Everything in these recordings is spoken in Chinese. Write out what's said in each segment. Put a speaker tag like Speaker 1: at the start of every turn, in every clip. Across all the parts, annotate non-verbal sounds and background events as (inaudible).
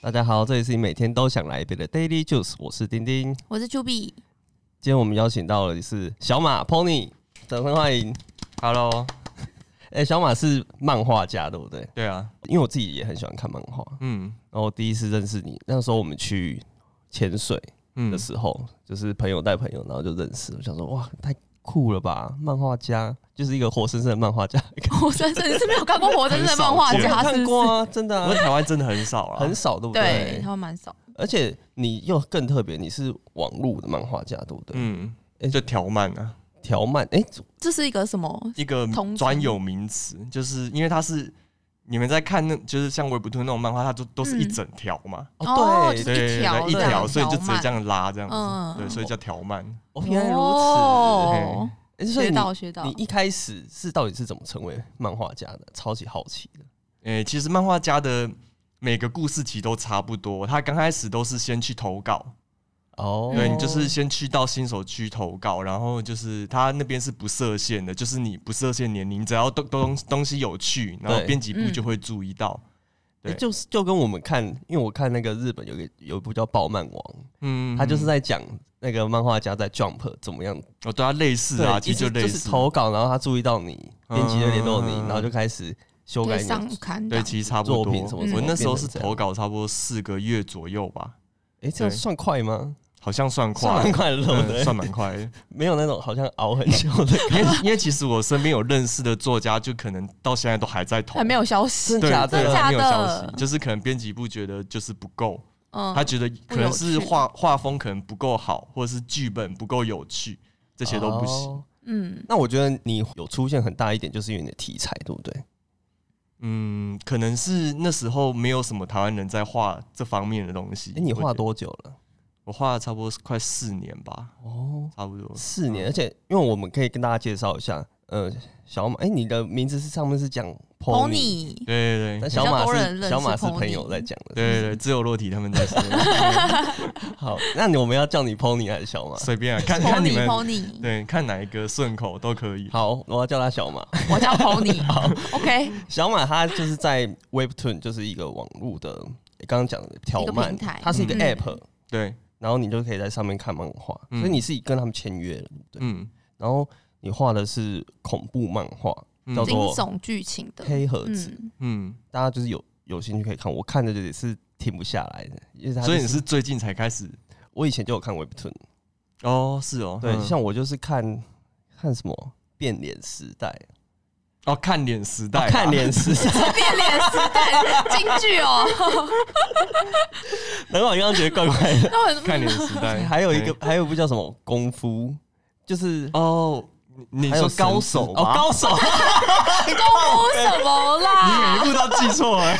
Speaker 1: 大家好，这里是你每天都想来一杯的 Daily Juice，我是丁丁。
Speaker 2: 我是 Q (laughs) B，
Speaker 1: 今天我们邀请到的是小马 Pony，掌声欢迎。 (laughs)
Speaker 3: Hello，
Speaker 1: 哎、小马是漫画家，对不对？
Speaker 3: 对啊，
Speaker 1: 因为我自己也很喜欢看漫画，
Speaker 3: 嗯
Speaker 1: 然后第一次认识你，那时候我们去潜水
Speaker 3: 嗯
Speaker 1: 的，时候，就是朋友带朋友，然后就认识。我想说，哇，太酷了吧！漫画家就是一个活生生的漫画家，
Speaker 2: 活生生你是没有看过活生生的漫画
Speaker 3: 而且
Speaker 1: 我没有
Speaker 2: 家，是
Speaker 1: 看
Speaker 2: 不
Speaker 1: 过
Speaker 2: 是？
Speaker 1: 啊，真的、
Speaker 3: 我
Speaker 1: 啊
Speaker 3: 在。台湾真的很少啊，
Speaker 1: 很少，对不
Speaker 2: 对，他们蛮少。
Speaker 1: 而且你又更特别，你是网络的漫画家，对不对？
Speaker 3: 嗯
Speaker 1: 欸，
Speaker 3: 就条漫啊，
Speaker 1: 条漫，哎、
Speaker 2: 这是一个什么？
Speaker 3: 一个
Speaker 2: 同
Speaker 3: 专有名词，就是因为它是你们在看那，就是像微不兔那种漫画，它都都是一整条嘛，
Speaker 1: 哦，
Speaker 2: 嗯就
Speaker 1: 对，
Speaker 2: 是一条啊
Speaker 3: 一
Speaker 1: 对
Speaker 3: 条，所以就
Speaker 2: 条
Speaker 3: 直接
Speaker 2: 漫
Speaker 3: 这样拉这样
Speaker 2: 嗯
Speaker 3: 子，对，所以叫条漫。
Speaker 1: 哦，原来如此。
Speaker 2: 哦
Speaker 1: 哎所以
Speaker 2: 嗯学
Speaker 1: 你
Speaker 2: 到学到
Speaker 1: 你。一开始是到底是怎么成为漫画家的？超级好奇的。
Speaker 3: 诶，其实漫画家的每个故事集都差不多，他刚开始都是先去投稿，
Speaker 1: 哦
Speaker 3: 对你就是先去到新手区投稿，然后就是他那边是不设限的，就是你不设限年龄，只要东东东西有趣，然后
Speaker 1: 对
Speaker 3: 编辑部
Speaker 2: 嗯
Speaker 3: 就会注意到。
Speaker 1: 诶
Speaker 3: 对
Speaker 1: 就是就跟我们看，因为我看那个日本有个有一部叫《暴漫王》，
Speaker 3: 嗯，
Speaker 1: 他就是在讲那个漫画家在 Jump 怎么样，
Speaker 3: 哦，对他类似啊，其
Speaker 1: 一
Speaker 3: 实就
Speaker 1: 直
Speaker 3: 类
Speaker 1: 就是
Speaker 3: 似
Speaker 1: 投稿，然后他注意到你，
Speaker 3: 嗯
Speaker 1: 编辑就联络你，
Speaker 3: 嗯
Speaker 1: 然后就开始修
Speaker 2: 对
Speaker 1: 改你的
Speaker 2: 上刊
Speaker 3: 对，
Speaker 2: 档
Speaker 3: 其实差不多。
Speaker 1: 作品什么
Speaker 2: 什么
Speaker 3: 我那时候是
Speaker 1: 变成这样
Speaker 3: 投稿差不多四个月左右吧，
Speaker 1: 哎，这样
Speaker 3: 对
Speaker 1: 算快吗？
Speaker 3: 好像算
Speaker 1: 算
Speaker 3: 快
Speaker 1: 蛮，快乐的，欸
Speaker 3: 嗯
Speaker 1: 对
Speaker 3: 算蛮快的。 (laughs)
Speaker 1: 没有那种好像熬很久的
Speaker 3: 因
Speaker 1: 感
Speaker 3: 为
Speaker 1: 觉。
Speaker 3: 因为其实我身边有认识的作家，就可能到现在都还在投，
Speaker 2: 还没有消息
Speaker 1: 真，的
Speaker 3: 对
Speaker 1: 假的
Speaker 3: 对
Speaker 2: 真的假
Speaker 3: 还没有消
Speaker 2: 的
Speaker 3: 息，就是可能编辑部觉得就是不够，
Speaker 2: 嗯
Speaker 3: 他觉得可能
Speaker 2: 不
Speaker 3: 是
Speaker 2: 有趣
Speaker 3: 画画风可能不够好，或者是剧本不够有趣， (laughs) 这些都不行。
Speaker 1: 哦
Speaker 2: 嗯，
Speaker 1: 那我觉得你有出现很大一点，就是因为你的题材，对不对？
Speaker 3: 嗯，可能是那时候没有什么台湾人在画这方面的东西。
Speaker 1: 哎，你
Speaker 3: 我觉
Speaker 1: 画
Speaker 3: 得？
Speaker 1: 多久了？
Speaker 3: 我画了差不多快四年吧，
Speaker 1: 哦，
Speaker 3: 差不多。
Speaker 1: 四年，而且因为我们可以跟大家介绍一下，呃，小马，哎、你的名字是上面是讲 pony，
Speaker 2: Pony
Speaker 3: 对对
Speaker 1: 但
Speaker 3: 对
Speaker 1: 小马
Speaker 2: 比较多人认
Speaker 1: 是
Speaker 2: 识
Speaker 1: 小马是
Speaker 2: pony
Speaker 1: 朋友在讲的。
Speaker 3: 对对对，自由落体他们在说，
Speaker 1: 好，那你我们要叫你 pony 还是小马？
Speaker 3: 随便啊，看看你
Speaker 2: Pony
Speaker 3: 们，
Speaker 2: Pony，
Speaker 3: 对，看哪一个顺口都可以。
Speaker 1: 好，我要叫他小马。
Speaker 2: 我叫
Speaker 3: (laughs)
Speaker 2: Pony。OK，
Speaker 1: 小马他就是在 Webtoon，就是一个网络的，刚刚讲的条
Speaker 2: 一个
Speaker 1: 漫
Speaker 2: 平台，
Speaker 1: 它是一个
Speaker 2: 嗯
Speaker 1: App，、
Speaker 3: 对，
Speaker 1: 然后你就可以在上面看漫画。
Speaker 3: 嗯
Speaker 1: 所以你是跟他们签约的，对
Speaker 3: 嗯，
Speaker 1: 然后你画的是恐怖漫画，
Speaker 3: 嗯
Speaker 1: 叫
Speaker 2: 惊
Speaker 1: 做《
Speaker 2: 悚剧情的，
Speaker 1: 黑盒子》
Speaker 2: 嗯，
Speaker 3: 嗯，
Speaker 1: 大家就是有有兴趣可以看。我看的也是停不下来的，因为它
Speaker 3: 所以
Speaker 1: 就
Speaker 3: 你是最近才开始？
Speaker 1: 我以前就有看 Webtoon，
Speaker 3: 哦，是哦，
Speaker 1: 对，
Speaker 3: 嗯
Speaker 1: 像我就是看看什么变脸时
Speaker 3: (laughs)
Speaker 1: 代，
Speaker 3: 哦，看脸时代啊，
Speaker 1: 看脸时代，
Speaker 2: 变脸时代京剧哦，
Speaker 1: 然后好像觉得怪怪的。
Speaker 2: 那我
Speaker 3: (laughs) 看脸时代，
Speaker 1: (laughs) 还有一个，还有一部叫什么功夫，就是
Speaker 3: 哦，你你
Speaker 1: 还有
Speaker 3: 说
Speaker 1: 神
Speaker 3: 高
Speaker 1: 之
Speaker 3: 手
Speaker 1: 哦，
Speaker 3: 吗
Speaker 1: 高手，
Speaker 2: 你功夫什么啦？
Speaker 3: (laughs) 你每一步都记错 (laughs) 哎，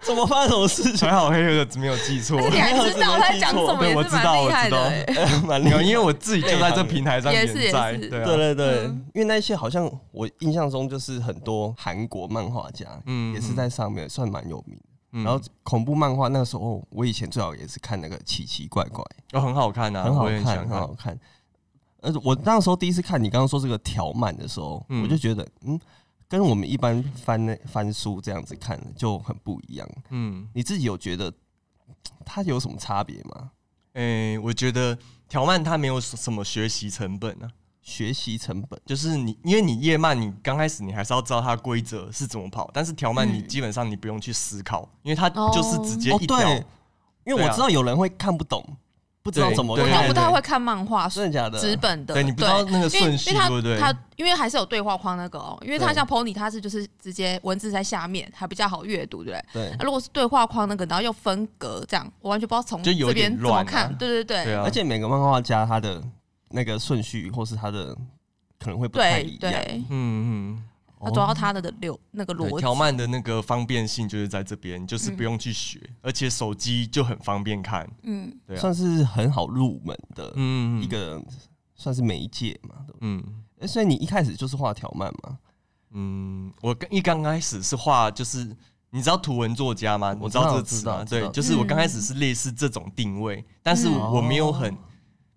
Speaker 1: 怎么发生什么事
Speaker 3: (laughs)
Speaker 1: 情？
Speaker 3: 还好黑黑的没有记错
Speaker 2: (laughs) 那。你还知道他在讲什么，
Speaker 3: 对
Speaker 2: 也
Speaker 3: 我
Speaker 2: 是
Speaker 3: 知道
Speaker 2: 蛮厉害的、
Speaker 3: 我知道
Speaker 2: 欸。
Speaker 1: 蛮厉
Speaker 3: 没
Speaker 1: 害
Speaker 3: 有，因为我自己就在这平台上
Speaker 2: 也是
Speaker 3: 演在，
Speaker 2: 也是
Speaker 1: 对
Speaker 3: 对啊，
Speaker 1: 对对，
Speaker 2: 嗯
Speaker 1: 因为那些好像我印象中就是很多韩国漫画家，
Speaker 3: 嗯
Speaker 1: 也是在上面算蛮有名的。
Speaker 3: 嗯
Speaker 1: 然后恐怖漫画那个时候，我以前最好也是看那个奇奇怪怪，
Speaker 3: 哦很好看啊，
Speaker 1: 很好
Speaker 3: 我也
Speaker 1: 看，
Speaker 3: 想
Speaker 1: 很好看。呃，我那时候第一次看你刚刚说这个条漫的时候，
Speaker 3: 嗯
Speaker 1: 我就觉得，嗯，跟我们一般翻那翻书这样子看就很不一样。
Speaker 3: 嗯，
Speaker 1: 你自己有觉得它有什么差别吗？
Speaker 3: 诶、我觉得条漫它没有什么学习成本啊，
Speaker 1: 学习成本
Speaker 3: 就是你因为你夜漫，你刚开始你还是要知道它规则是怎么跑，但是条漫
Speaker 2: 嗯
Speaker 3: 你基本上你不用去思考，因为它
Speaker 2: 哦
Speaker 3: 就是直接一条、
Speaker 1: 对，因为
Speaker 3: 对
Speaker 1: 我
Speaker 3: 啊
Speaker 1: 知道有人会看不懂，不知道
Speaker 3: 对
Speaker 1: 怎么
Speaker 3: 对
Speaker 2: 他
Speaker 1: 看
Speaker 2: 不，太会看漫画，
Speaker 1: 真的假的？
Speaker 2: 纸本的，
Speaker 3: 对你不知道那个
Speaker 2: 因为
Speaker 3: 顺序
Speaker 2: 因为他
Speaker 3: 对不对
Speaker 2: 他因为还是有对话框那个哦，因为他
Speaker 1: 对
Speaker 2: 像 Pony，他是就是直接文字在下面，还比较好阅读，对不对？
Speaker 1: 对
Speaker 3: 嗯
Speaker 2: 啊，如果是对话框那个，然后又分隔这样，我完全不知道从
Speaker 3: 就有
Speaker 2: 这边
Speaker 3: 点
Speaker 2: 怎
Speaker 3: 乱
Speaker 2: 么
Speaker 3: 啊
Speaker 2: 看，对对
Speaker 3: 对
Speaker 2: 对
Speaker 3: 啊，
Speaker 1: 而且每个漫画家他的那个顺序或是他的可能会不太一
Speaker 2: 对
Speaker 1: 样。
Speaker 2: 对，
Speaker 3: 嗯嗯，
Speaker 2: 他抓到他的流那个
Speaker 3: 对
Speaker 2: 逻
Speaker 3: 条
Speaker 2: 辑，
Speaker 3: 漫的那个方便性就是在这边，就是不用去学，而且手机就很方便看，
Speaker 2: 嗯，
Speaker 3: 对啊，
Speaker 1: 算是很好入门的
Speaker 3: 嗯
Speaker 1: 一个算是媒介嘛。对不对
Speaker 3: 嗯。
Speaker 1: 诶所以你一开始就是画条漫嘛？ (laughs)
Speaker 3: 嗯，我刚一刚开始是画，就是你知道图文作家吗？
Speaker 1: 我
Speaker 3: 你
Speaker 1: 知
Speaker 3: 知
Speaker 1: 道
Speaker 3: 道这个词吗？
Speaker 1: 知道知道
Speaker 3: 对，就是我刚开始是类似这种定位，但是我没有很，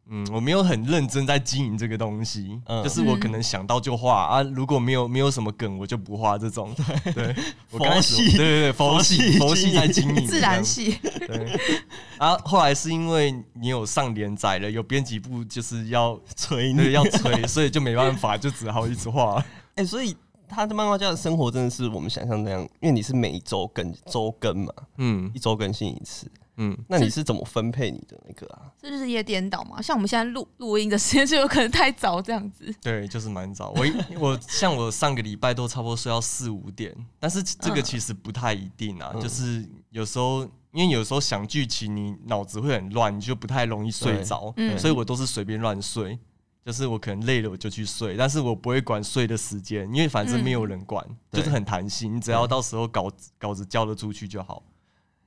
Speaker 3: 嗯，我没有很认真在经营这个东西，
Speaker 1: 嗯
Speaker 3: 就是我可能想到就画啊，如果没有没有什么梗，我就不画这种。对，我刚开始
Speaker 1: 佛系
Speaker 3: 对对对，佛
Speaker 1: 佛系
Speaker 3: 系佛系在经营，
Speaker 2: 自然系，
Speaker 3: 这样对。 (laughs) 啊，后来是因为你有上连载了，有编辑部就是要 (laughs)
Speaker 1: 催
Speaker 3: 对
Speaker 1: 你。
Speaker 3: 要催，所以就没办法，就只好一直画。
Speaker 1: 哎、所以他的漫画家的生活真的是我们想象那样，因为你是每一周更周更嘛，
Speaker 3: 嗯
Speaker 1: 一周更新一次。
Speaker 3: 嗯，
Speaker 1: 那你是怎么分配你的那个啊？
Speaker 2: 这日夜颠倒嘛。像我们现在录录音的时间就有可能太早这样子，
Speaker 3: 对，就是蛮早。我一 (laughs) 我像我上个礼拜都差不多睡到四五点，但是这个
Speaker 2: 嗯
Speaker 3: 其实不太一定啊，
Speaker 1: 嗯
Speaker 3: 就是有时候因为有时候想剧情，你脑子会很乱，你就不太容易睡
Speaker 1: 对
Speaker 3: 着，
Speaker 2: 嗯
Speaker 3: 所以我都是随便乱睡。就是我可能累了我就去睡，但是我不会管睡的时间，因为反正没有人管，
Speaker 1: 嗯对
Speaker 3: 就是很弹性，你只要到时候稿子稿子交得出去就好。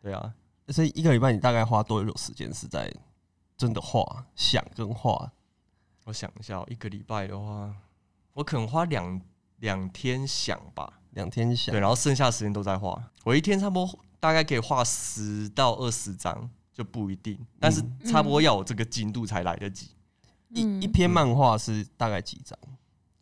Speaker 3: 对啊，
Speaker 1: 所以一个礼拜你大概花多久时间是在真的画、想跟画？
Speaker 3: 我想一下哦，一个礼拜的话，我可能花两两天想吧，
Speaker 1: 两天想
Speaker 3: 对，，然后剩下的时间都在画。我一天差不多大概可以画十到二十张，就不一定，但是差不多要我这个进度才来得及，
Speaker 1: 一一
Speaker 2: 嗯
Speaker 1: 篇漫画是大概几张？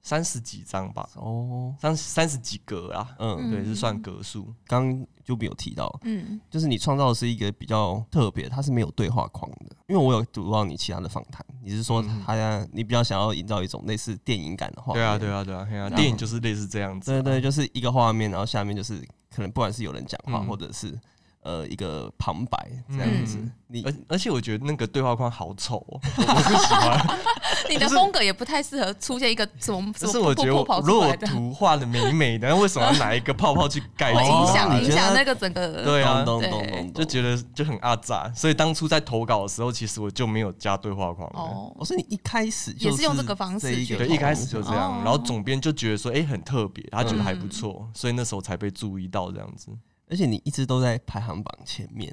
Speaker 3: 三十几张吧，
Speaker 1: 哦，
Speaker 3: 三三十几格啦，
Speaker 1: 嗯，
Speaker 3: 对，是算格数。
Speaker 1: 刚刚就没有提到，
Speaker 2: 嗯
Speaker 1: 就是你创造的是一个比较特别，它是没有对话框的。因为我有读到你其他的访谈，你是说
Speaker 3: 嗯
Speaker 1: 他家你比较想要营造一种类似电影感的画
Speaker 3: 对
Speaker 1: 面？
Speaker 3: 啊，对啊，对啊，对啊，
Speaker 1: 然后
Speaker 3: 电影就是类似这样子啊。
Speaker 1: 对对，就是一个画面，然后下面就是可能不管是有人讲话，
Speaker 3: 嗯
Speaker 1: 或者是呃一个旁白这样子。
Speaker 3: 嗯
Speaker 1: 你
Speaker 3: 而而且我觉得那个对话框好丑 (laughs) 哦，我不喜欢。
Speaker 2: 你的风格也不太适合出现一个什么什
Speaker 3: 就
Speaker 2: 么
Speaker 3: 是我觉
Speaker 2: 泡
Speaker 3: 得
Speaker 2: 泡跑
Speaker 3: 我如
Speaker 2: 出
Speaker 3: 果
Speaker 2: 来
Speaker 3: 我
Speaker 2: 的，
Speaker 3: 图画的美美 (laughs) 的，为什么要拿一个泡泡去盖
Speaker 2: 会
Speaker 3: 住它？
Speaker 2: 影
Speaker 1: 哦
Speaker 2: 响
Speaker 1: 你觉
Speaker 2: 影响
Speaker 1: 得
Speaker 2: 那个整个
Speaker 3: 对啊
Speaker 1: 咚咚
Speaker 2: 对
Speaker 1: 咚咚咚，
Speaker 3: 就觉得就很阿杂，所以当初在投稿的时候，其实我就没有加对话框了。
Speaker 2: 哦
Speaker 1: 我说你一开始就
Speaker 2: 也是用这个方式
Speaker 1: 这一
Speaker 2: 去
Speaker 1: 个
Speaker 3: 对，一开始就这样，
Speaker 2: 哦
Speaker 3: 然后总编就觉得说，哎、很特别，他觉得还不
Speaker 2: 嗯
Speaker 3: 错，所以那时候才被注意到这样子。
Speaker 1: 而且你一直都在排行榜前面，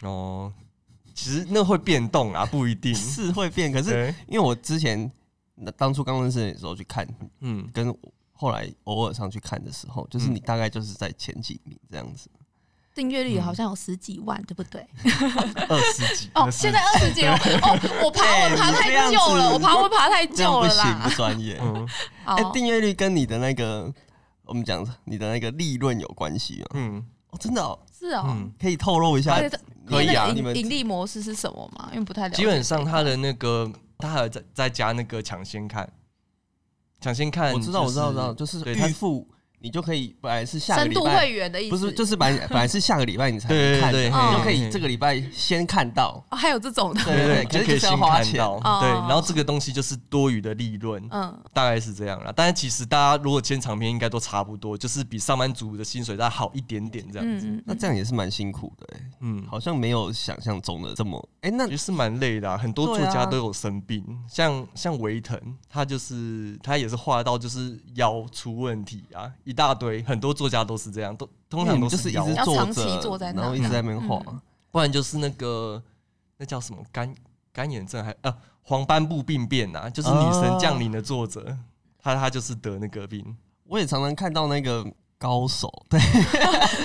Speaker 3: 哦，其实那会变动啊，不
Speaker 1: (laughs)
Speaker 3: 一定。
Speaker 1: 是会变。可是
Speaker 3: 对，
Speaker 1: 因为我之前那当初刚认识你的时候去看，
Speaker 3: 嗯，
Speaker 1: 跟后来偶尔上去看的时候，就是
Speaker 2: 嗯
Speaker 1: 你大概就是在前几名这样子，
Speaker 2: 订阅率好像有十几万，对不对？
Speaker 1: 嗯
Speaker 3: 二十几
Speaker 2: 哦，
Speaker 3: 那是
Speaker 2: 现在二十几了，
Speaker 1: (laughs)
Speaker 2: 哦，我爬
Speaker 1: 哎
Speaker 2: 文爬
Speaker 1: 你这样
Speaker 2: 太
Speaker 1: 子
Speaker 2: 久了，我爬文爬太
Speaker 1: 这
Speaker 2: 久
Speaker 1: 样不
Speaker 2: 了
Speaker 1: 行，不
Speaker 2: 啦。
Speaker 1: 专业。
Speaker 3: 嗯
Speaker 1: 哎，
Speaker 2: 哦，
Speaker 1: 订阅率跟你的那个我们讲你的那个利润有关系吗？
Speaker 3: 嗯
Speaker 1: 哦，真的哦，
Speaker 2: 是哦，
Speaker 3: 嗯，
Speaker 1: 可以透露一下
Speaker 2: 而且
Speaker 1: 可以啊
Speaker 2: 那个
Speaker 1: 你们
Speaker 2: 盈盈利模式是什么嘛？因为不太了解。
Speaker 3: 基本上他的那个，他还有在在加那个抢先看，抢先看、
Speaker 1: 我知道，我知道，我知道，
Speaker 3: 嗯就
Speaker 1: 就是
Speaker 3: 对
Speaker 1: 预
Speaker 3: 它
Speaker 1: 付，你就可以本来是下个
Speaker 2: 深
Speaker 1: 礼
Speaker 2: 度
Speaker 1: 拜，
Speaker 2: 会员的意思，
Speaker 1: 不是就是本来本来是下个礼拜你才
Speaker 3: 对
Speaker 1: 能看，
Speaker 3: 对对
Speaker 1: 你
Speaker 2: 对
Speaker 1: 就可以
Speaker 3: 对
Speaker 1: 这个礼拜先看到，
Speaker 2: 哦，还有这种的，
Speaker 1: 对
Speaker 3: 对对，
Speaker 1: 可
Speaker 3: 就是可
Speaker 1: 就
Speaker 3: 以
Speaker 1: 是要
Speaker 3: 先
Speaker 1: 花
Speaker 3: 看
Speaker 1: 钱，哦
Speaker 3: 到，
Speaker 2: 哦
Speaker 3: 对，然后这个东西就是多余的利润，
Speaker 2: 嗯，
Speaker 3: 大概是这样啦。但是其实大家如果签长篇，应该都差不多，就是比上班族的薪水再好一点点这样子。
Speaker 2: 嗯，
Speaker 1: 那这样也是蛮辛苦的欸，
Speaker 3: 嗯，
Speaker 1: 好像没有想象中的这么，哎，那
Speaker 3: 其实是蛮累的啊、很多
Speaker 1: 对
Speaker 3: 作
Speaker 1: 啊
Speaker 3: 家都有生病，像像维腾，他就是他也是画到就是腰出问题啊，一大堆，很多作家都是这样，都通
Speaker 1: 因为
Speaker 3: 常
Speaker 1: 你嗯
Speaker 3: 都
Speaker 1: 们就是是一
Speaker 3: 腰，
Speaker 1: 直
Speaker 2: 要
Speaker 1: 坐
Speaker 2: 长期坐
Speaker 1: 着，
Speaker 2: 在
Speaker 1: 然后
Speaker 2: 那
Speaker 1: 一直在那边啊
Speaker 2: 嗯
Speaker 1: 画，
Speaker 3: 不然就是那个那叫什么干干眼症还啊黄斑部病变啊，就是《女神降临》的作者，
Speaker 1: 哦
Speaker 3: 他他就是得那个病。
Speaker 1: 我也常常看到那个高手，
Speaker 3: (laughs)
Speaker 1: 对，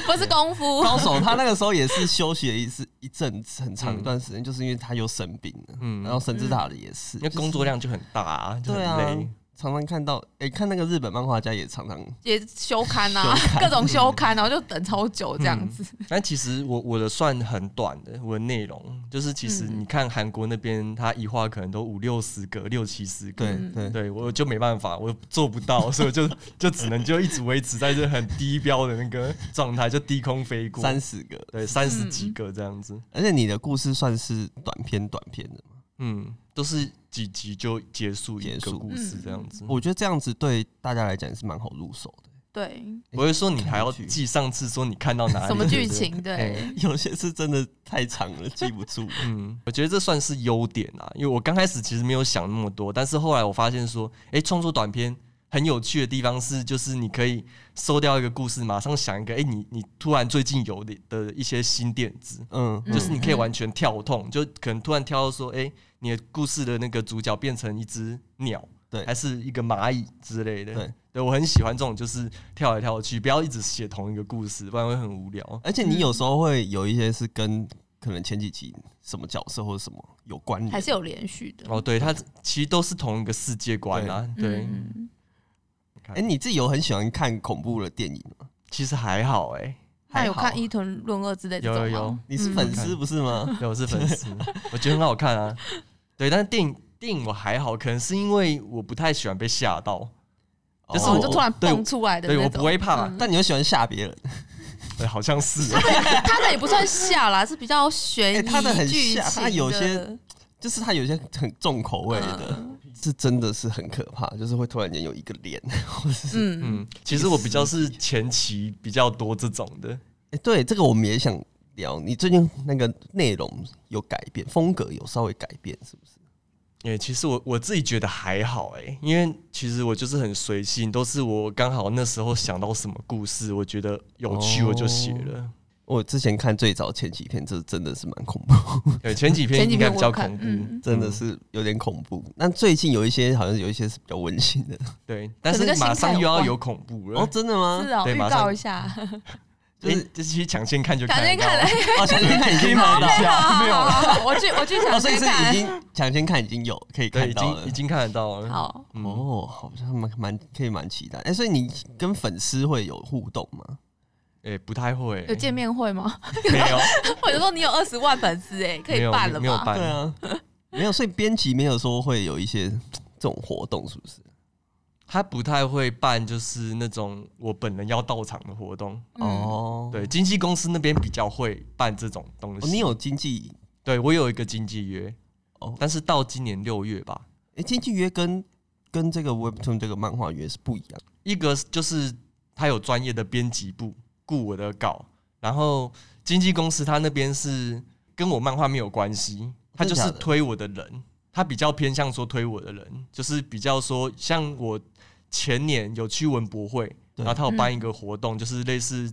Speaker 2: 不是
Speaker 1: (laughs)
Speaker 2: 功夫，
Speaker 1: 高手他那个时候也是休息了一次一阵子，很长一段时间，就是因为他又生病了，
Speaker 3: 嗯
Speaker 1: 然后神之塔的也是，
Speaker 3: 因为工作量就很大、啊，就很
Speaker 1: 对
Speaker 3: 累。
Speaker 1: 啊常常看到，哎、看那个日本漫画家也常常
Speaker 2: 也休刊啊，各种休刊，啊然后就等超久这样子，
Speaker 1: 嗯
Speaker 3: 但其实我我的算很短的，我的内容就是其实
Speaker 2: 嗯
Speaker 3: 你看韩国那边，他一画可能都五六十个、六七十个。
Speaker 1: 对
Speaker 2: 嗯
Speaker 1: 对
Speaker 3: 对我就没办法，我做不到，所以我就就只能就一直维持在这很低标的那个状态，就低空飞过，
Speaker 1: 三十嗯个，
Speaker 3: 对三十几个这样子，
Speaker 1: 而且你的故事算是短篇短篇的嘛，
Speaker 3: 嗯，都是几集就结束一
Speaker 1: 结束
Speaker 3: 个
Speaker 1: 嗯
Speaker 3: 故事这样子。
Speaker 1: 我觉得这样子对大家来讲也是蛮好入手的。
Speaker 2: (laughs) 对，
Speaker 3: 不会说你还要
Speaker 1: 看剧
Speaker 3: 记上次说你
Speaker 1: (laughs)
Speaker 3: 看到
Speaker 1: 哎
Speaker 3: 哪里
Speaker 2: 什么剧
Speaker 3: 对不对
Speaker 2: 情对，
Speaker 1: 有些是真的太长了，记不住。
Speaker 3: 嗯，我觉得这算是优点啊，因为我刚开始其实没有想那么多，但是后来我发现说，诶，创作短片很有趣的地方是，就是你可以收掉一个故事，马上想一个，诶，你你突然最近有的的一些新点子，
Speaker 1: 嗯，
Speaker 3: (laughs) 就是你可以
Speaker 2: 嗯
Speaker 3: 完全跳痛，就可能突然跳到说，诶，你的故事的那个主角变成一只鸟，
Speaker 1: 对
Speaker 3: 还是一个蚂蚁之类的，
Speaker 1: 对，
Speaker 3: 对我很喜欢这种，就是跳来嗯跳去，不要一直写同一个故事，不然会很无聊。
Speaker 1: 而且你有时候会有一些是跟可能前几集什么角色或者什么有关联，
Speaker 2: 还是有连续的。
Speaker 3: 哦，对，它其实都是同一个世界观啊。对，
Speaker 2: 嗯
Speaker 1: 哎、你自己有很喜欢看恐怖的电影吗？
Speaker 3: 其实还好哎。
Speaker 2: 那
Speaker 1: 啊
Speaker 3: 还
Speaker 2: 有
Speaker 3: 好
Speaker 2: 看《伊藤润二》之类的
Speaker 3: 有
Speaker 2: 这
Speaker 3: 有
Speaker 2: 种
Speaker 3: 有
Speaker 2: 吗？，
Speaker 1: 你是
Speaker 2: 嗯
Speaker 1: 粉丝不是吗？
Speaker 3: 对，我是
Speaker 2: (laughs)
Speaker 3: 粉丝，我觉得很好看啊。对，但是电影电影我还好，可能是因为我不太喜欢被吓到，就是
Speaker 2: 哦
Speaker 3: 我
Speaker 2: 就突然
Speaker 3: 对
Speaker 2: 蹦出来的那
Speaker 3: 对
Speaker 2: 种。
Speaker 3: 我不会怕。
Speaker 2: 嗯
Speaker 1: 但你又喜欢吓别人，
Speaker 3: 对，好
Speaker 2: (laughs)
Speaker 3: 像是
Speaker 2: 他的也不算吓啦，是比较悬疑
Speaker 1: 哎他的很
Speaker 2: 剧情
Speaker 1: 吓他有些就是他有些很重口味的，
Speaker 2: 嗯
Speaker 1: 是真的是很可怕，就是会突然间有一个脸， (laughs) 或者是
Speaker 2: 嗯，
Speaker 3: 嗯，其实我比较是前期比较多这种的。
Speaker 1: 哎、对这个我们也想聊。你最近那个内容有改变，风格有稍微改变，是不是？
Speaker 3: 因为其实我我自己觉得还好哎、因为其实我就是很随性，都是我刚好那时候想到什么故事，我觉得有趣
Speaker 1: 哦
Speaker 3: 我就写了。
Speaker 1: 我之前看最早前几篇，这真的是蛮恐怖，
Speaker 3: 对，前几篇
Speaker 2: 前
Speaker 3: 应
Speaker 2: 几
Speaker 3: 该
Speaker 2: 篇
Speaker 3: 比
Speaker 2: 我
Speaker 3: 较
Speaker 2: 有
Speaker 3: 恐
Speaker 2: 看，
Speaker 3: 怖，
Speaker 2: 嗯，
Speaker 1: 真的是有点恐怖。但最近有一些好像有一些是比较温馨
Speaker 3: (laughs)
Speaker 1: 的。
Speaker 3: 对，但
Speaker 2: 可
Speaker 3: 是
Speaker 2: 能跟
Speaker 3: 马
Speaker 2: 心态
Speaker 3: 上又
Speaker 2: 有
Speaker 3: 要
Speaker 2: 关
Speaker 3: 有恐怖了。
Speaker 1: 哦，真的吗
Speaker 2: 是？哦，
Speaker 3: 对
Speaker 2: 预
Speaker 3: 马上
Speaker 2: 告一下，
Speaker 3: 就是、就是其实抢先看就
Speaker 2: 抢
Speaker 3: 看得
Speaker 2: 先
Speaker 3: 到
Speaker 2: 看了，
Speaker 1: 哦，抢先看已经
Speaker 2: (laughs)
Speaker 1: 看到
Speaker 3: 一下，没有
Speaker 2: 好
Speaker 3: 了，
Speaker 2: 好好我去我去
Speaker 1: 哦，
Speaker 2: 抢
Speaker 1: 所以
Speaker 2: 先
Speaker 1: 是
Speaker 2: 看
Speaker 1: 已。
Speaker 2: (laughs)
Speaker 1: 经抢先看已经有可以
Speaker 3: 对，
Speaker 1: 看
Speaker 3: 已
Speaker 1: 到
Speaker 3: 经
Speaker 1: 了
Speaker 3: 已。经看得到了。
Speaker 2: 好，
Speaker 3: 嗯，
Speaker 1: 哦，好像蛮蛮可以蛮期待。哎、所以你跟粉丝会有互动吗？
Speaker 3: 哎、不太会、
Speaker 2: 有见面会吗？
Speaker 3: 没有？
Speaker 2: 或者说你有二十万粉丝哎，可
Speaker 3: 没
Speaker 2: 以
Speaker 3: 有
Speaker 2: 办了
Speaker 3: 没有
Speaker 2: 吧？
Speaker 3: 办
Speaker 1: 对啊，没有。所以编辑没有说会有一些这种活动，是不是？
Speaker 3: 他不太会办，就是那种我本人要到场的活动。
Speaker 2: 嗯，
Speaker 1: 哦，
Speaker 3: 对，经纪公司那边比较会办这种东西。
Speaker 1: 哦，你有经纪
Speaker 3: 对我有一个经纪约，
Speaker 1: 哦
Speaker 3: 但是到今年六月吧，
Speaker 1: 哎、经纪约跟跟这个 Webtoon 这个漫画约是不一样的。
Speaker 3: 一个就是他有专业的编辑部雇我的稿，然后经纪公司他那边是跟我漫画没有关系，他就
Speaker 1: 真
Speaker 3: 是
Speaker 1: 的假的
Speaker 3: 推我的人，他比较偏向说推我的人，就是比较说像我前年有去文博会，
Speaker 1: 对
Speaker 3: 然后他有办一个活动，就是类似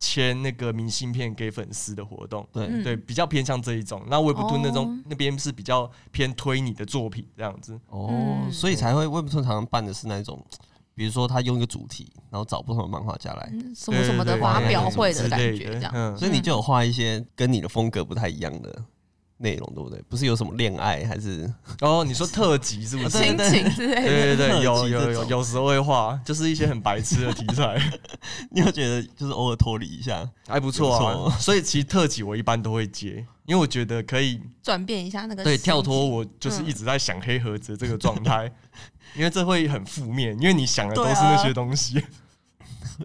Speaker 3: 签那个明信片给粉丝的活动。
Speaker 1: 对，
Speaker 2: 嗯
Speaker 3: 对，比较偏向这一种。那我也不对那种、
Speaker 2: 哦
Speaker 3: 那边是比较偏推你的作品这样子。
Speaker 1: 哦，
Speaker 2: 嗯
Speaker 1: 所以才会 Webtoon 常常办的是那种，比如说他用一个主题，然后找不同的漫画家来，
Speaker 2: 嗯什么什么的
Speaker 3: 对对对
Speaker 2: 发
Speaker 3: 对
Speaker 2: 表
Speaker 3: 对
Speaker 2: 会
Speaker 3: 之
Speaker 2: 感
Speaker 3: 类
Speaker 2: 觉这样。
Speaker 3: 嗯，
Speaker 1: 所以你就有画一些跟你的风格不太一样的内容，对不对？不是有什么恋爱还是 (laughs)
Speaker 3: 哦，你说特辑是不是？
Speaker 1: 对
Speaker 2: 亲
Speaker 1: 对
Speaker 2: 情之类
Speaker 1: 特
Speaker 2: 的，
Speaker 3: 对对对，
Speaker 1: 辑
Speaker 3: 有有
Speaker 1: 这
Speaker 3: 有，
Speaker 1: 种
Speaker 3: 有时候会画，就是一些很白痴的题 (laughs) 材，
Speaker 1: 你有觉得就是偶尔脱离一下？
Speaker 3: 还不错
Speaker 1: 不错
Speaker 3: 啊。所以其实特辑我一般都会接，因为我觉得可以
Speaker 2: 转变一下那个
Speaker 3: 对
Speaker 2: 心
Speaker 3: 跳脱
Speaker 2: 情
Speaker 3: 我就是
Speaker 2: 嗯
Speaker 3: 一直在想黑盒子这个状态， (laughs) 因为这会很负面，因为你想的都是那些东西，
Speaker 1: 会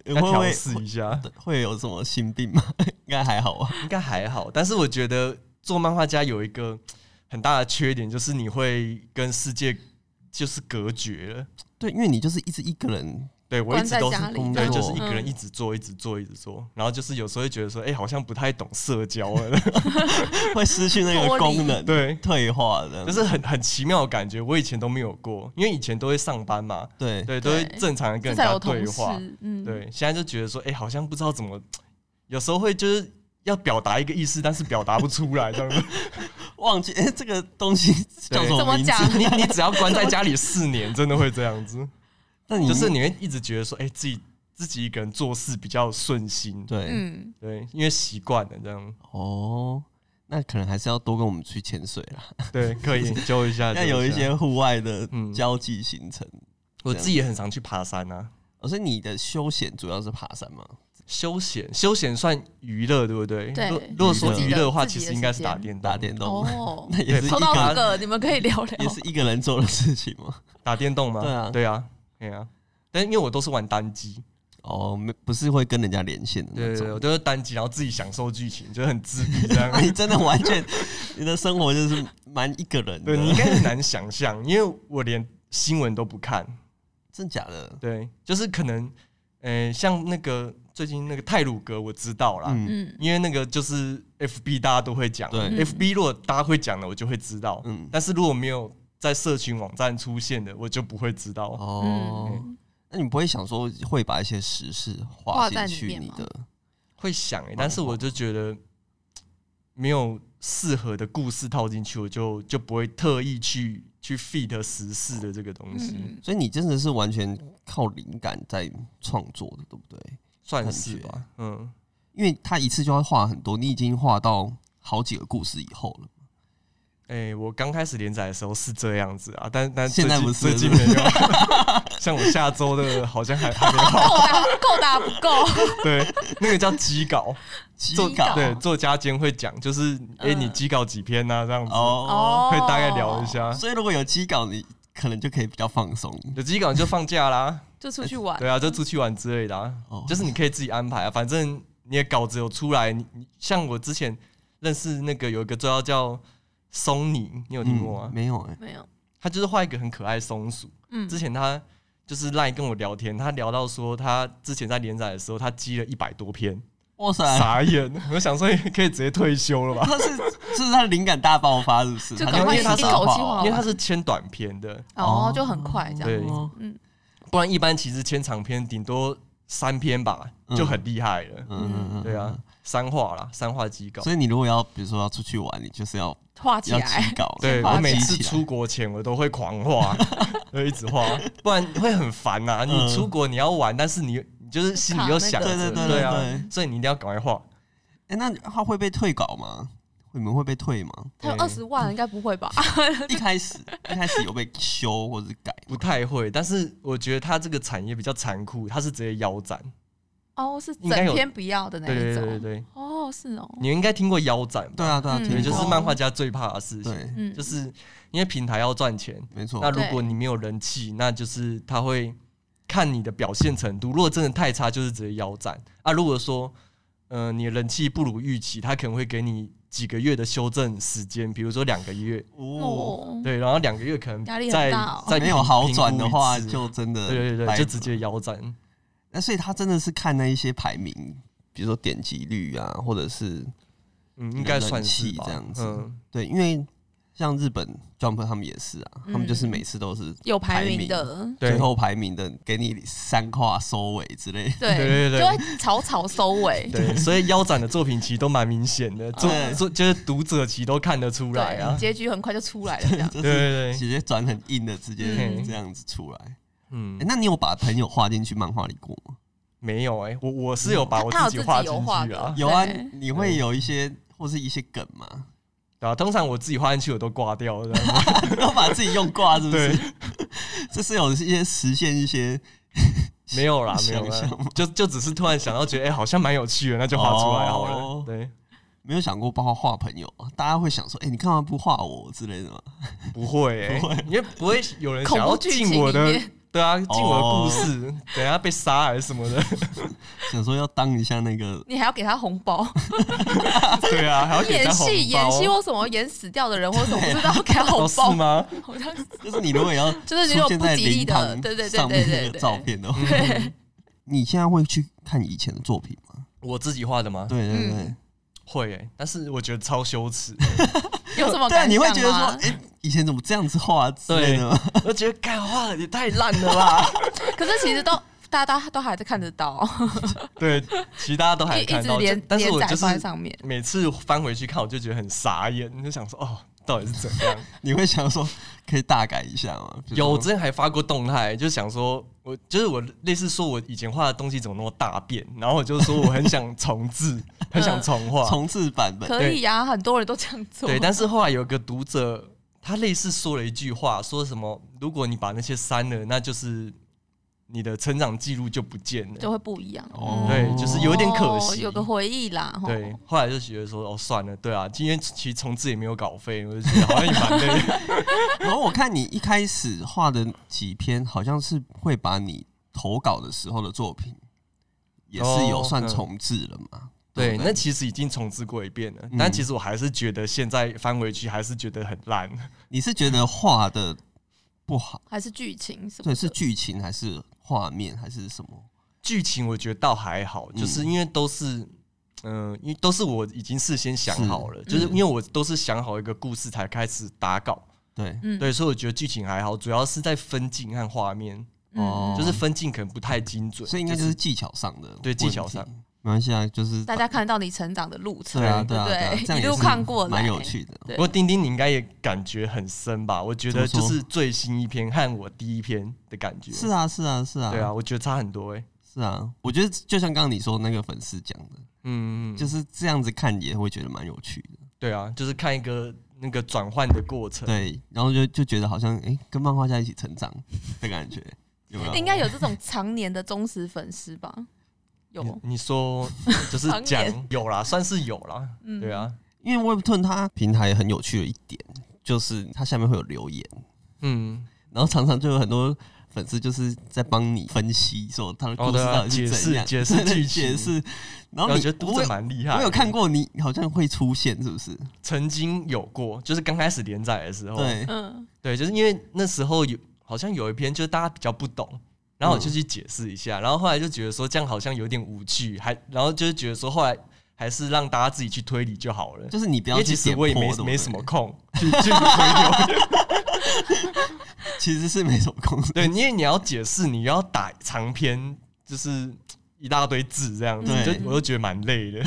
Speaker 3: 要
Speaker 1: 不
Speaker 3: 调
Speaker 1: 会
Speaker 3: 试一下，
Speaker 1: 会有什么心病吗？ (laughs) 应该还好吧。
Speaker 3: 应该还好。但是我觉得做漫画家有一个很大的缺点，就是你会跟世界就是隔绝了。
Speaker 1: 对，因为你就是一直一个人，
Speaker 3: 对我一
Speaker 2: 关
Speaker 3: 直
Speaker 2: 在
Speaker 3: 都是
Speaker 2: 家里
Speaker 1: 工
Speaker 2: 这
Speaker 3: 对，
Speaker 2: 样
Speaker 1: 作
Speaker 3: 就是一个人
Speaker 2: 嗯
Speaker 3: 一直做，一直做，一直做，然后就是有时候会觉得说，哎、好像不太懂社交了， (laughs)
Speaker 1: 会失去那个
Speaker 2: 脱离
Speaker 1: 功能，
Speaker 3: 对，
Speaker 1: 退化的，
Speaker 3: 就是很很奇妙的感觉，我以前都没有过，因为以前都会上班嘛，
Speaker 1: 对
Speaker 3: 对，都会
Speaker 2: 对
Speaker 3: 正常的跟
Speaker 2: 这
Speaker 3: 人
Speaker 2: 才
Speaker 3: 家
Speaker 2: 有同
Speaker 3: 对话，
Speaker 2: 事，嗯，
Speaker 3: 对，现在就觉得说，哎、好像不知道怎么，有时候会就是要表达一个意思，但是表达不出来，这样子。
Speaker 1: 忘记哎、 (laughs) 这个东西叫什
Speaker 2: 怎么
Speaker 1: 名字
Speaker 2: 讲？？
Speaker 1: (laughs)
Speaker 3: 你你只要关在家里四年，真的会这样子，
Speaker 1: 那你
Speaker 3: 就是你会一直觉得说，哎、自己自己一个人做事比较顺心，
Speaker 1: 对，
Speaker 2: 嗯，
Speaker 3: 对，因为习惯了这样。
Speaker 1: 哦，那可能还是要多跟我们去潜水啦，
Speaker 3: (laughs) 对，可以揪一下。
Speaker 1: 要
Speaker 3: 揪
Speaker 1: 有一
Speaker 3: 下，
Speaker 1: 些户外的
Speaker 3: 嗯
Speaker 1: 交际行程。
Speaker 3: 我自己也很常去爬山啊，
Speaker 1: 哦，所以你的休闲主要是爬山吗？
Speaker 3: 嗯休闲休闲算娱乐，对不对？
Speaker 2: 对
Speaker 3: 如如果说
Speaker 1: 自己
Speaker 3: 娱
Speaker 1: 的
Speaker 3: 乐的话，
Speaker 2: 自己
Speaker 3: 其
Speaker 2: 的
Speaker 3: 实应该是打
Speaker 2: 时间
Speaker 3: 电动
Speaker 1: 打电动，，
Speaker 2: 哦
Speaker 1: (laughs) 那也是一
Speaker 2: 抽到这
Speaker 1: 个
Speaker 2: 个，你们可以聊聊
Speaker 1: 也。是一个人做的事情吗？ (laughs)
Speaker 3: 打电动吗？
Speaker 1: 对啊
Speaker 3: 对啊，对啊。但因为我都是玩单机，
Speaker 1: 哦，没不是会跟人家连线的
Speaker 3: 对
Speaker 1: 那
Speaker 3: 对对，
Speaker 1: 种
Speaker 3: 我。都是单机，然后自己享受剧情，就是很自闭这样
Speaker 1: (laughs) 。你真的完全，你的生活就是蛮一个人的
Speaker 3: 对，你应嗯该很难想象，因为我连新闻都不看。
Speaker 1: 真假的？
Speaker 3: 对，就是可能，呃，像那个最近那个泰鲁格，我知道啦，
Speaker 1: 嗯
Speaker 2: 嗯，
Speaker 3: 因为那个就是 FB 大家都会讲，
Speaker 1: 对
Speaker 2: 嗯
Speaker 3: FB 如果大家会讲的，我就会知道，
Speaker 1: 嗯，
Speaker 3: 但是如果没有在社群网站出现的，我就不会知道。
Speaker 1: 哦，
Speaker 2: 嗯
Speaker 1: 那你不会想说会把一些时事
Speaker 2: 画
Speaker 1: 画进
Speaker 2: 在里
Speaker 1: 去
Speaker 2: 面
Speaker 1: 你
Speaker 2: 吗
Speaker 1: 的？
Speaker 3: 会想、
Speaker 1: 哦
Speaker 3: 欸，但是我就觉得没有适合的故事套进去，我就就不会特意去去 feed 时事的这个东西，
Speaker 2: 嗯，
Speaker 1: 所以你真的是完全靠灵感在创作的，对不对？
Speaker 3: 算是
Speaker 1: 感
Speaker 3: 吧。嗯，
Speaker 1: 因为他一次就要画很多，你已经画到好几个故事以后了。
Speaker 3: 哎、我刚开始连载的时候是这样子啊，但但
Speaker 1: 现在
Speaker 3: 最近
Speaker 1: 不是
Speaker 3: 最近没有。 (laughs) 像我下周的好像还还没好，
Speaker 2: 够打够打不
Speaker 3: (laughs)
Speaker 2: 够？
Speaker 3: 对，
Speaker 1: (laughs)
Speaker 3: 那个叫基稿，
Speaker 2: 作稿
Speaker 3: 对，作家间会讲，就是哎、你基稿几篇呐、啊、这样子，
Speaker 1: 嗯哦，
Speaker 3: 会大概聊一，下。
Speaker 1: 所以如果有基稿，你可能就可以比较放松。
Speaker 3: 有基稿你就放假啦，
Speaker 2: 哦就出去玩。
Speaker 3: 对啊，就出去玩之类的、啊
Speaker 1: 哦，
Speaker 3: 就是你可以自己安排啊，反正你的稿子有出来，你你像我之前认识那个有一个作家叫松尼，你有听过吗？
Speaker 1: 没有哎，
Speaker 2: 没有，
Speaker 3: 他就是画一个很可爱的松鼠。
Speaker 2: 嗯
Speaker 3: 之前他就是赖跟我聊天，他聊到说他之前在连载的时候，他积了一百
Speaker 1: (laughs)
Speaker 3: 多篇，
Speaker 1: 哇塞，
Speaker 3: 傻眼！我想说可以直接退休了吧，
Speaker 1: 他是是他的灵感大爆发，是不是？
Speaker 2: 就
Speaker 1: 他
Speaker 2: 赶
Speaker 3: 快
Speaker 1: 因为他是
Speaker 3: 一
Speaker 2: 口气
Speaker 1: 画
Speaker 2: 画
Speaker 1: 完
Speaker 3: 因为他是签短篇的，
Speaker 1: 哦
Speaker 2: 哦，就很快这样。
Speaker 3: 对
Speaker 1: 哦
Speaker 2: 嗯，
Speaker 3: 不然一般其实签长篇顶多三篇吧
Speaker 1: 嗯
Speaker 3: 就很厉害了。
Speaker 1: 嗯嗯嗯，
Speaker 3: 对啊，三话啦，三话机稿。
Speaker 1: 所以你如果要比如说要出去玩，你就是要
Speaker 2: 画起
Speaker 1: 要
Speaker 2: 来 (laughs)
Speaker 1: 基。稿，
Speaker 3: 对
Speaker 1: 把它
Speaker 3: 我每
Speaker 1: 记
Speaker 3: 次
Speaker 1: 起来
Speaker 3: 出国前我都会
Speaker 1: (laughs)
Speaker 3: 狂画，就一直画，不然会很烦呐、
Speaker 1: 嗯
Speaker 3: 你出国你要玩，但是你你就是心里又想着，
Speaker 1: 卡那个对对对
Speaker 3: 对啊
Speaker 1: 对，
Speaker 3: 所以你一定要赶快画。
Speaker 1: 哎、那他会被退稿吗？你们会被退
Speaker 3: (laughs)
Speaker 1: 吗？
Speaker 2: 他有
Speaker 3: 对
Speaker 2: 二十万，应该不会吧？ (laughs)
Speaker 1: 一开始一开始有被修或者改
Speaker 3: 不太会，但是我觉得他这个产业比较残酷，他是直接腰斩。
Speaker 2: 哦，是整
Speaker 3: 应该有
Speaker 2: 篇不要的那
Speaker 3: 对
Speaker 2: 一
Speaker 3: 对对对
Speaker 2: 种。
Speaker 3: 对，
Speaker 2: 哦，是哦，
Speaker 3: 你应该听过腰斩吧？
Speaker 1: 对啊，对啊，
Speaker 2: 嗯
Speaker 1: 听
Speaker 3: 对，
Speaker 1: 过
Speaker 3: 就是漫画家最怕的事情，
Speaker 1: 对，
Speaker 2: 嗯，
Speaker 3: 就是因为平台要赚钱，
Speaker 1: 没错
Speaker 3: 那。如果你没有人气，那就是他会看你的表现程度。如果真的太差，就是直接腰斩啊。如果说，呃，你的人气不如预期，他可能会给你几个月的修正时间，比如说两个月，
Speaker 1: 哦，
Speaker 2: 哦，
Speaker 3: 对，然后两个月可能
Speaker 2: 压力很
Speaker 3: 再
Speaker 2: 大哦
Speaker 3: 再
Speaker 1: 没有好转的话，
Speaker 3: 评估一次
Speaker 1: 就真的
Speaker 3: 哦对对对，
Speaker 1: 白
Speaker 3: 就直接腰斩。
Speaker 1: 那所以他真的是看那一些排名，比如说点击率啊，或者是
Speaker 3: 嗯，应该算是
Speaker 1: 人气
Speaker 3: 吧
Speaker 1: 这样子
Speaker 3: 嗯，
Speaker 1: 对，因为像日本 Jump 他们也是啊，他们就是每次都是
Speaker 2: 有排
Speaker 1: 排
Speaker 2: 名
Speaker 1: 名
Speaker 2: 的。
Speaker 3: 对
Speaker 1: 最后排名的，给你三跨收尾之类。
Speaker 3: (laughs)
Speaker 2: 对
Speaker 3: 对对对
Speaker 2: 就会草草收尾。(laughs)
Speaker 3: (laughs) 对，所以腰斩的作品其实都蛮明显的，作
Speaker 1: 对
Speaker 3: 作就是读者其实都看得出
Speaker 2: 对
Speaker 3: 来啊。
Speaker 2: 结局很快就出来了，这
Speaker 3: (laughs)
Speaker 2: 样。
Speaker 1: 就
Speaker 3: 对
Speaker 1: 是
Speaker 3: 对对，
Speaker 1: 直接转很硬的，直接
Speaker 3: 嗯
Speaker 1: 这样子出来。
Speaker 3: 嗯
Speaker 1: 欸，那你有把朋友画进去漫画里过吗？
Speaker 3: 没有哎，我我是有把我
Speaker 2: 他有
Speaker 3: 己
Speaker 2: 自己
Speaker 3: 画进
Speaker 2: 有画
Speaker 3: 去啊
Speaker 2: 的，
Speaker 1: 有啊
Speaker 2: 对，
Speaker 1: 你会有一些或是一些梗 (laughs) 嘛，
Speaker 3: 对啊，通常我自己画进去我都挂掉了这样子。
Speaker 1: 都把自己用挂，是不
Speaker 3: 对
Speaker 1: 是？， (laughs) 这是有一些实现一些
Speaker 3: 没
Speaker 1: (laughs)
Speaker 3: 有啦，没有
Speaker 1: 想象
Speaker 3: 啦
Speaker 1: 吗，
Speaker 3: 就就只是突然想到觉得哎，好像蛮有趣的，那就画出来好
Speaker 1: 哦
Speaker 3: 了。对，
Speaker 1: 没有想过，包括画朋友啊，大家会想说，哎、你干嘛不画我之类的吗？ (laughs)
Speaker 3: 不会哎，因为不会有人想
Speaker 2: 恐
Speaker 3: 要
Speaker 2: 怖剧
Speaker 3: 进
Speaker 2: 情
Speaker 3: 我
Speaker 2: 里
Speaker 3: 的
Speaker 2: 面。
Speaker 3: 对啊，进我的故事，等一下被杀还是什么的，
Speaker 1: 想说要当一下那个，
Speaker 2: 你还要给他红包，
Speaker 3: 对啊，还要给
Speaker 2: 演
Speaker 3: 他红
Speaker 2: 戏演
Speaker 3: 包
Speaker 2: 戏或什么演死掉的人或什么，不知道
Speaker 3: (laughs)
Speaker 2: 给他红
Speaker 3: 哦是
Speaker 2: 包， (laughs)
Speaker 3: 吗？
Speaker 2: 好像是
Speaker 1: 就是你如果要
Speaker 2: (laughs) 就
Speaker 1: 出
Speaker 2: 是如果
Speaker 1: 现
Speaker 2: 不
Speaker 1: 在
Speaker 2: 吉利
Speaker 1: 灵
Speaker 2: 的，
Speaker 1: 堂
Speaker 2: 对对对
Speaker 1: 上面
Speaker 2: 对
Speaker 1: 那
Speaker 2: 对
Speaker 1: 个照
Speaker 2: 对，
Speaker 1: 片的
Speaker 2: (laughs)
Speaker 1: 话，
Speaker 2: 对，
Speaker 1: 你现在会去看以前的作品吗？
Speaker 3: 我自己画的吗？
Speaker 1: 对对对，
Speaker 2: 嗯
Speaker 3: 会、欸，但是我觉得超羞耻，
Speaker 2: (laughs) 有什么
Speaker 1: 对啊，
Speaker 2: 感
Speaker 1: 你
Speaker 2: 想
Speaker 1: 会
Speaker 2: 吗？ (laughs)
Speaker 1: 觉得说，哎、以前怎么这样子画之类的吗？
Speaker 3: (laughs) 我觉得干画的也太烂了吧。
Speaker 2: 可是其实都大家都都还在看得到，
Speaker 3: (laughs) 对，其他都还
Speaker 2: 一一
Speaker 3: 看
Speaker 2: 直
Speaker 3: 到，就
Speaker 2: 连
Speaker 3: 但是
Speaker 2: 连
Speaker 3: 我
Speaker 2: 载
Speaker 3: 就
Speaker 2: 放在
Speaker 3: 是
Speaker 2: 上面。
Speaker 3: 每次翻回去看，我就觉得很傻眼，就想说哦，到底是怎样？
Speaker 1: (laughs) 你会想说，可以大改一下吗？比如说
Speaker 3: 有，我之前还发过动态，就想说我就是我类似说我以前画的东西怎么那么大变，然后我就说我很想重置，
Speaker 2: 嗯
Speaker 3: 很想重画，
Speaker 1: 重置版本，
Speaker 2: 可以呀、很多人都这样做。
Speaker 3: 对，但是后来有个读者，他类似说了一句话，说什么如果你把那些删了，那就是你的成长记录就不见
Speaker 2: 就
Speaker 3: 了。
Speaker 2: 会不一样。嗯
Speaker 1: 哦
Speaker 3: 对，就是有点可
Speaker 2: 哦
Speaker 3: 惜。
Speaker 2: 有个回忆啦。吼
Speaker 3: 对，，后来就觉得说哦算了，对啊，今天其实重置也没有稿费，我就觉得好像也蛮累的。
Speaker 1: 然后我看你一开始画的几篇，好像是会把你投稿的时候的作品，也是有算重置了嘛？
Speaker 3: 对，
Speaker 1: 不
Speaker 3: 那其实已经重置过一遍了，
Speaker 1: 嗯
Speaker 3: 但其实我还是觉得现在翻回去还是觉得很烂。
Speaker 1: 你是觉得画的不好，
Speaker 2: 还是剧情什么
Speaker 1: 对，
Speaker 2: 的？
Speaker 1: 是剧情还是画面还是什么？
Speaker 3: 剧情我觉得倒还好，
Speaker 1: 嗯
Speaker 3: 就是因为都是，嗯、因为都是我已经事先想好了，
Speaker 1: 嗯
Speaker 3: 就是因为我都是想好一个故事才开始打稿，
Speaker 1: 对，
Speaker 2: 嗯，
Speaker 3: 对，所以我觉得剧情还好，主要是在分镜和画面，
Speaker 2: 嗯，
Speaker 1: 哦
Speaker 3: 就是分镜可能不太精准，
Speaker 1: 所以应该就是技巧上的问题，
Speaker 3: 对技巧上
Speaker 1: 没关系啊，就是
Speaker 2: 大家看得到你成长的路程。
Speaker 1: 对啊，对
Speaker 3: 对
Speaker 1: 啊，对啊
Speaker 2: (laughs) 对，
Speaker 1: 这样
Speaker 2: 一
Speaker 1: 也
Speaker 2: 路
Speaker 1: 是
Speaker 2: 看过来
Speaker 1: 蛮有趣的。
Speaker 2: 对
Speaker 3: 不过丁丁，你应该也感觉很深吧？我觉得
Speaker 1: 怎
Speaker 3: 就
Speaker 1: 么说
Speaker 3: 是最新一篇和我第一篇的感觉，
Speaker 1: 是啊，是啊，是啊，
Speaker 3: 对啊，，我觉得差很多哎、欸。
Speaker 1: 是啊。我觉得就像刚刚你说那个粉丝讲的，
Speaker 3: 嗯，
Speaker 1: 就是这样子看也会觉得蛮有趣的。
Speaker 3: 对啊，就是看一个那个转换的过程。
Speaker 1: 对，然后就就觉得好像哎、诶跟漫画家一起成长的感
Speaker 3: (laughs)
Speaker 1: 觉，有没
Speaker 3: 啊
Speaker 1: 有？
Speaker 2: 应该有这种常年的忠实粉丝吧？有
Speaker 3: 你
Speaker 2: 吗，
Speaker 1: (laughs)
Speaker 3: 你说就是
Speaker 2: 常
Speaker 3: 讲
Speaker 2: 言
Speaker 3: 有啦，算是有啦，
Speaker 2: 嗯
Speaker 3: 对啊，
Speaker 1: 因为 Webtoon 它平台很有趣的一点，就是它下面会有留言，
Speaker 3: 嗯，
Speaker 1: 然后常常就有很多粉丝就是在帮你分析，说他的故
Speaker 3: 哦
Speaker 1: 事
Speaker 3: 对啊
Speaker 1: 到底是怎样，
Speaker 3: 解释
Speaker 1: (laughs) 对
Speaker 3: 解释
Speaker 1: 对
Speaker 3: 剧情
Speaker 1: 解释。然后
Speaker 3: 我
Speaker 1: 你
Speaker 3: 觉得读
Speaker 1: 我
Speaker 3: 者
Speaker 1: 有
Speaker 3: 蛮厉害的。
Speaker 1: 我有看过你，好像会出现，是不是？
Speaker 3: 曾经有过，就是刚开始连载的时候，
Speaker 1: 对，
Speaker 2: 嗯，
Speaker 3: 对，就是因为那时候有好像有一篇就是大家比较不懂，然
Speaker 1: 嗯
Speaker 3: 后我就去解释一下，然后后来就觉得说这样好像有点无趣，还然后就是觉得说后来还是让大家自己去推理就好了。
Speaker 1: 就是你不
Speaker 3: 因
Speaker 1: 要
Speaker 3: 为
Speaker 1: 去
Speaker 3: 其实
Speaker 1: 点
Speaker 3: 我
Speaker 1: 破，
Speaker 3: 也没
Speaker 1: 对不对
Speaker 3: 没什么，空 (laughs) 去去推流，
Speaker 1: 其实是没什么空。
Speaker 3: 对，因为你要解释，你要打长篇，就是一大堆字这样子，
Speaker 1: 对
Speaker 3: 就我都觉得蛮累的。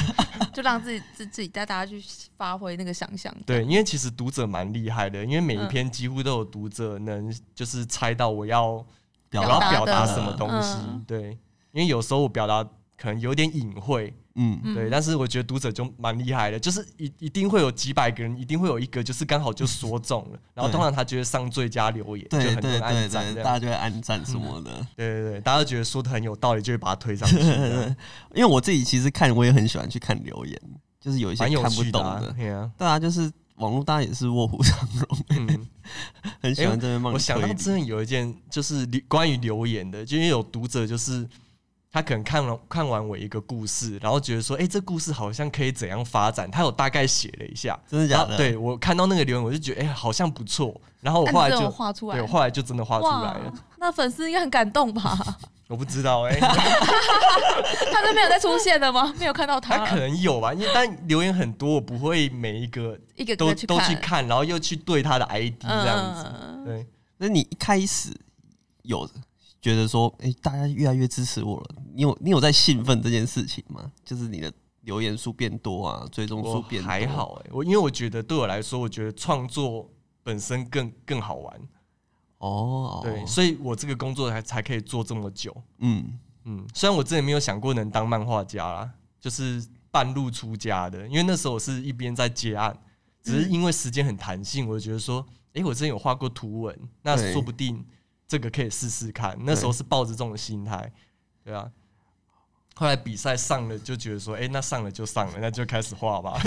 Speaker 2: 就让自己自自己带大家去发挥那个想象。
Speaker 3: 对，，因为其实读者蛮厉害的，因为每一
Speaker 2: 嗯
Speaker 3: 篇几乎都有读者能就是猜到我要
Speaker 1: 表
Speaker 3: 我要
Speaker 1: 达，
Speaker 2: 达
Speaker 3: 表达
Speaker 2: 的
Speaker 3: 什么东西。
Speaker 2: 嗯
Speaker 3: 对，因为有时候我表达可能有点隐晦，
Speaker 1: 嗯，
Speaker 2: 嗯
Speaker 3: 对，但是我觉得读者就蛮厉害的，就是一一定会有几百个人，一定会有一个就是刚好就说中了，然后
Speaker 1: 对
Speaker 3: 通常他就会上最佳留言，就
Speaker 1: 嗯对
Speaker 3: 很多
Speaker 1: 对
Speaker 3: 人
Speaker 1: 对
Speaker 3: 按赞这
Speaker 1: 对，大家
Speaker 3: 样。
Speaker 1: 就会暗赞什么的。
Speaker 3: 对对对，大家都觉得说的很有道理，就会把它推上去这
Speaker 1: (laughs)
Speaker 3: 样，
Speaker 1: 因为我自己其实看，我也很喜欢去看留言，就是有一些
Speaker 3: 蛮有
Speaker 1: 看不
Speaker 3: 趣
Speaker 1: 懂
Speaker 3: 啊
Speaker 1: 的。
Speaker 3: 对啊，
Speaker 1: 对啊，就是网络大家也是卧虎藏龙，
Speaker 3: 嗯。
Speaker 1: (laughs)
Speaker 3: 哎
Speaker 1: 很喜欢这边帮你
Speaker 3: 我想到
Speaker 1: 推理
Speaker 3: 真的有一件就是留关于留言的，就因为有读者就是他可能看完看完我一个故事，然后觉得说，哎、这故事好像可以怎样发展，他有大概写了一下。
Speaker 1: 真的
Speaker 3: 然
Speaker 1: 假
Speaker 3: 后
Speaker 1: 的？
Speaker 3: 啊对我看到那个留言，我就觉得哎、好像不错。然后我
Speaker 2: 但
Speaker 3: 后来
Speaker 2: 啊哎你
Speaker 3: 就
Speaker 2: 有画出来
Speaker 3: 对，我，后来就真的画出来
Speaker 2: 哇
Speaker 3: 了。，
Speaker 2: 那粉丝应该很感动吧？
Speaker 3: 我不知道
Speaker 2: (laughs)
Speaker 3: 哎、
Speaker 2: 他都没有再出现了吗？没有看到
Speaker 3: 他可
Speaker 2: 了
Speaker 3: 能有吧，因为但留言很多，我不会每一
Speaker 2: (laughs)
Speaker 3: 个
Speaker 2: 一个一
Speaker 3: 都
Speaker 2: 个
Speaker 3: 都去看，然后又去对他的 ID 这样子。
Speaker 2: 嗯
Speaker 3: 对，
Speaker 1: 那你一开始有觉得说，哎、大家越来越支持我了，你有你有在兴奋这件事情吗？就是你的留言数变多啊，追踪
Speaker 3: 我
Speaker 1: 数变多
Speaker 3: 还，好哎、我因为我觉得对我来说，我觉得创作本身更更好玩。
Speaker 1: 哦，
Speaker 3: 对，所以我这个工作才才可以做这么久。
Speaker 1: 嗯，
Speaker 3: 嗯，虽然我之前没有想过能当漫画家啦，就是半路出家的，因为那时候我是一边在接案，只是因为时间很弹性，我就觉得说，诶，我之前有画过图文，那
Speaker 1: 对
Speaker 3: 说不定这个可以试试看。那时候是抱着这种心态，对啊。后来比赛上了，就觉得说，诶，那上了就上了，那就开始画吧。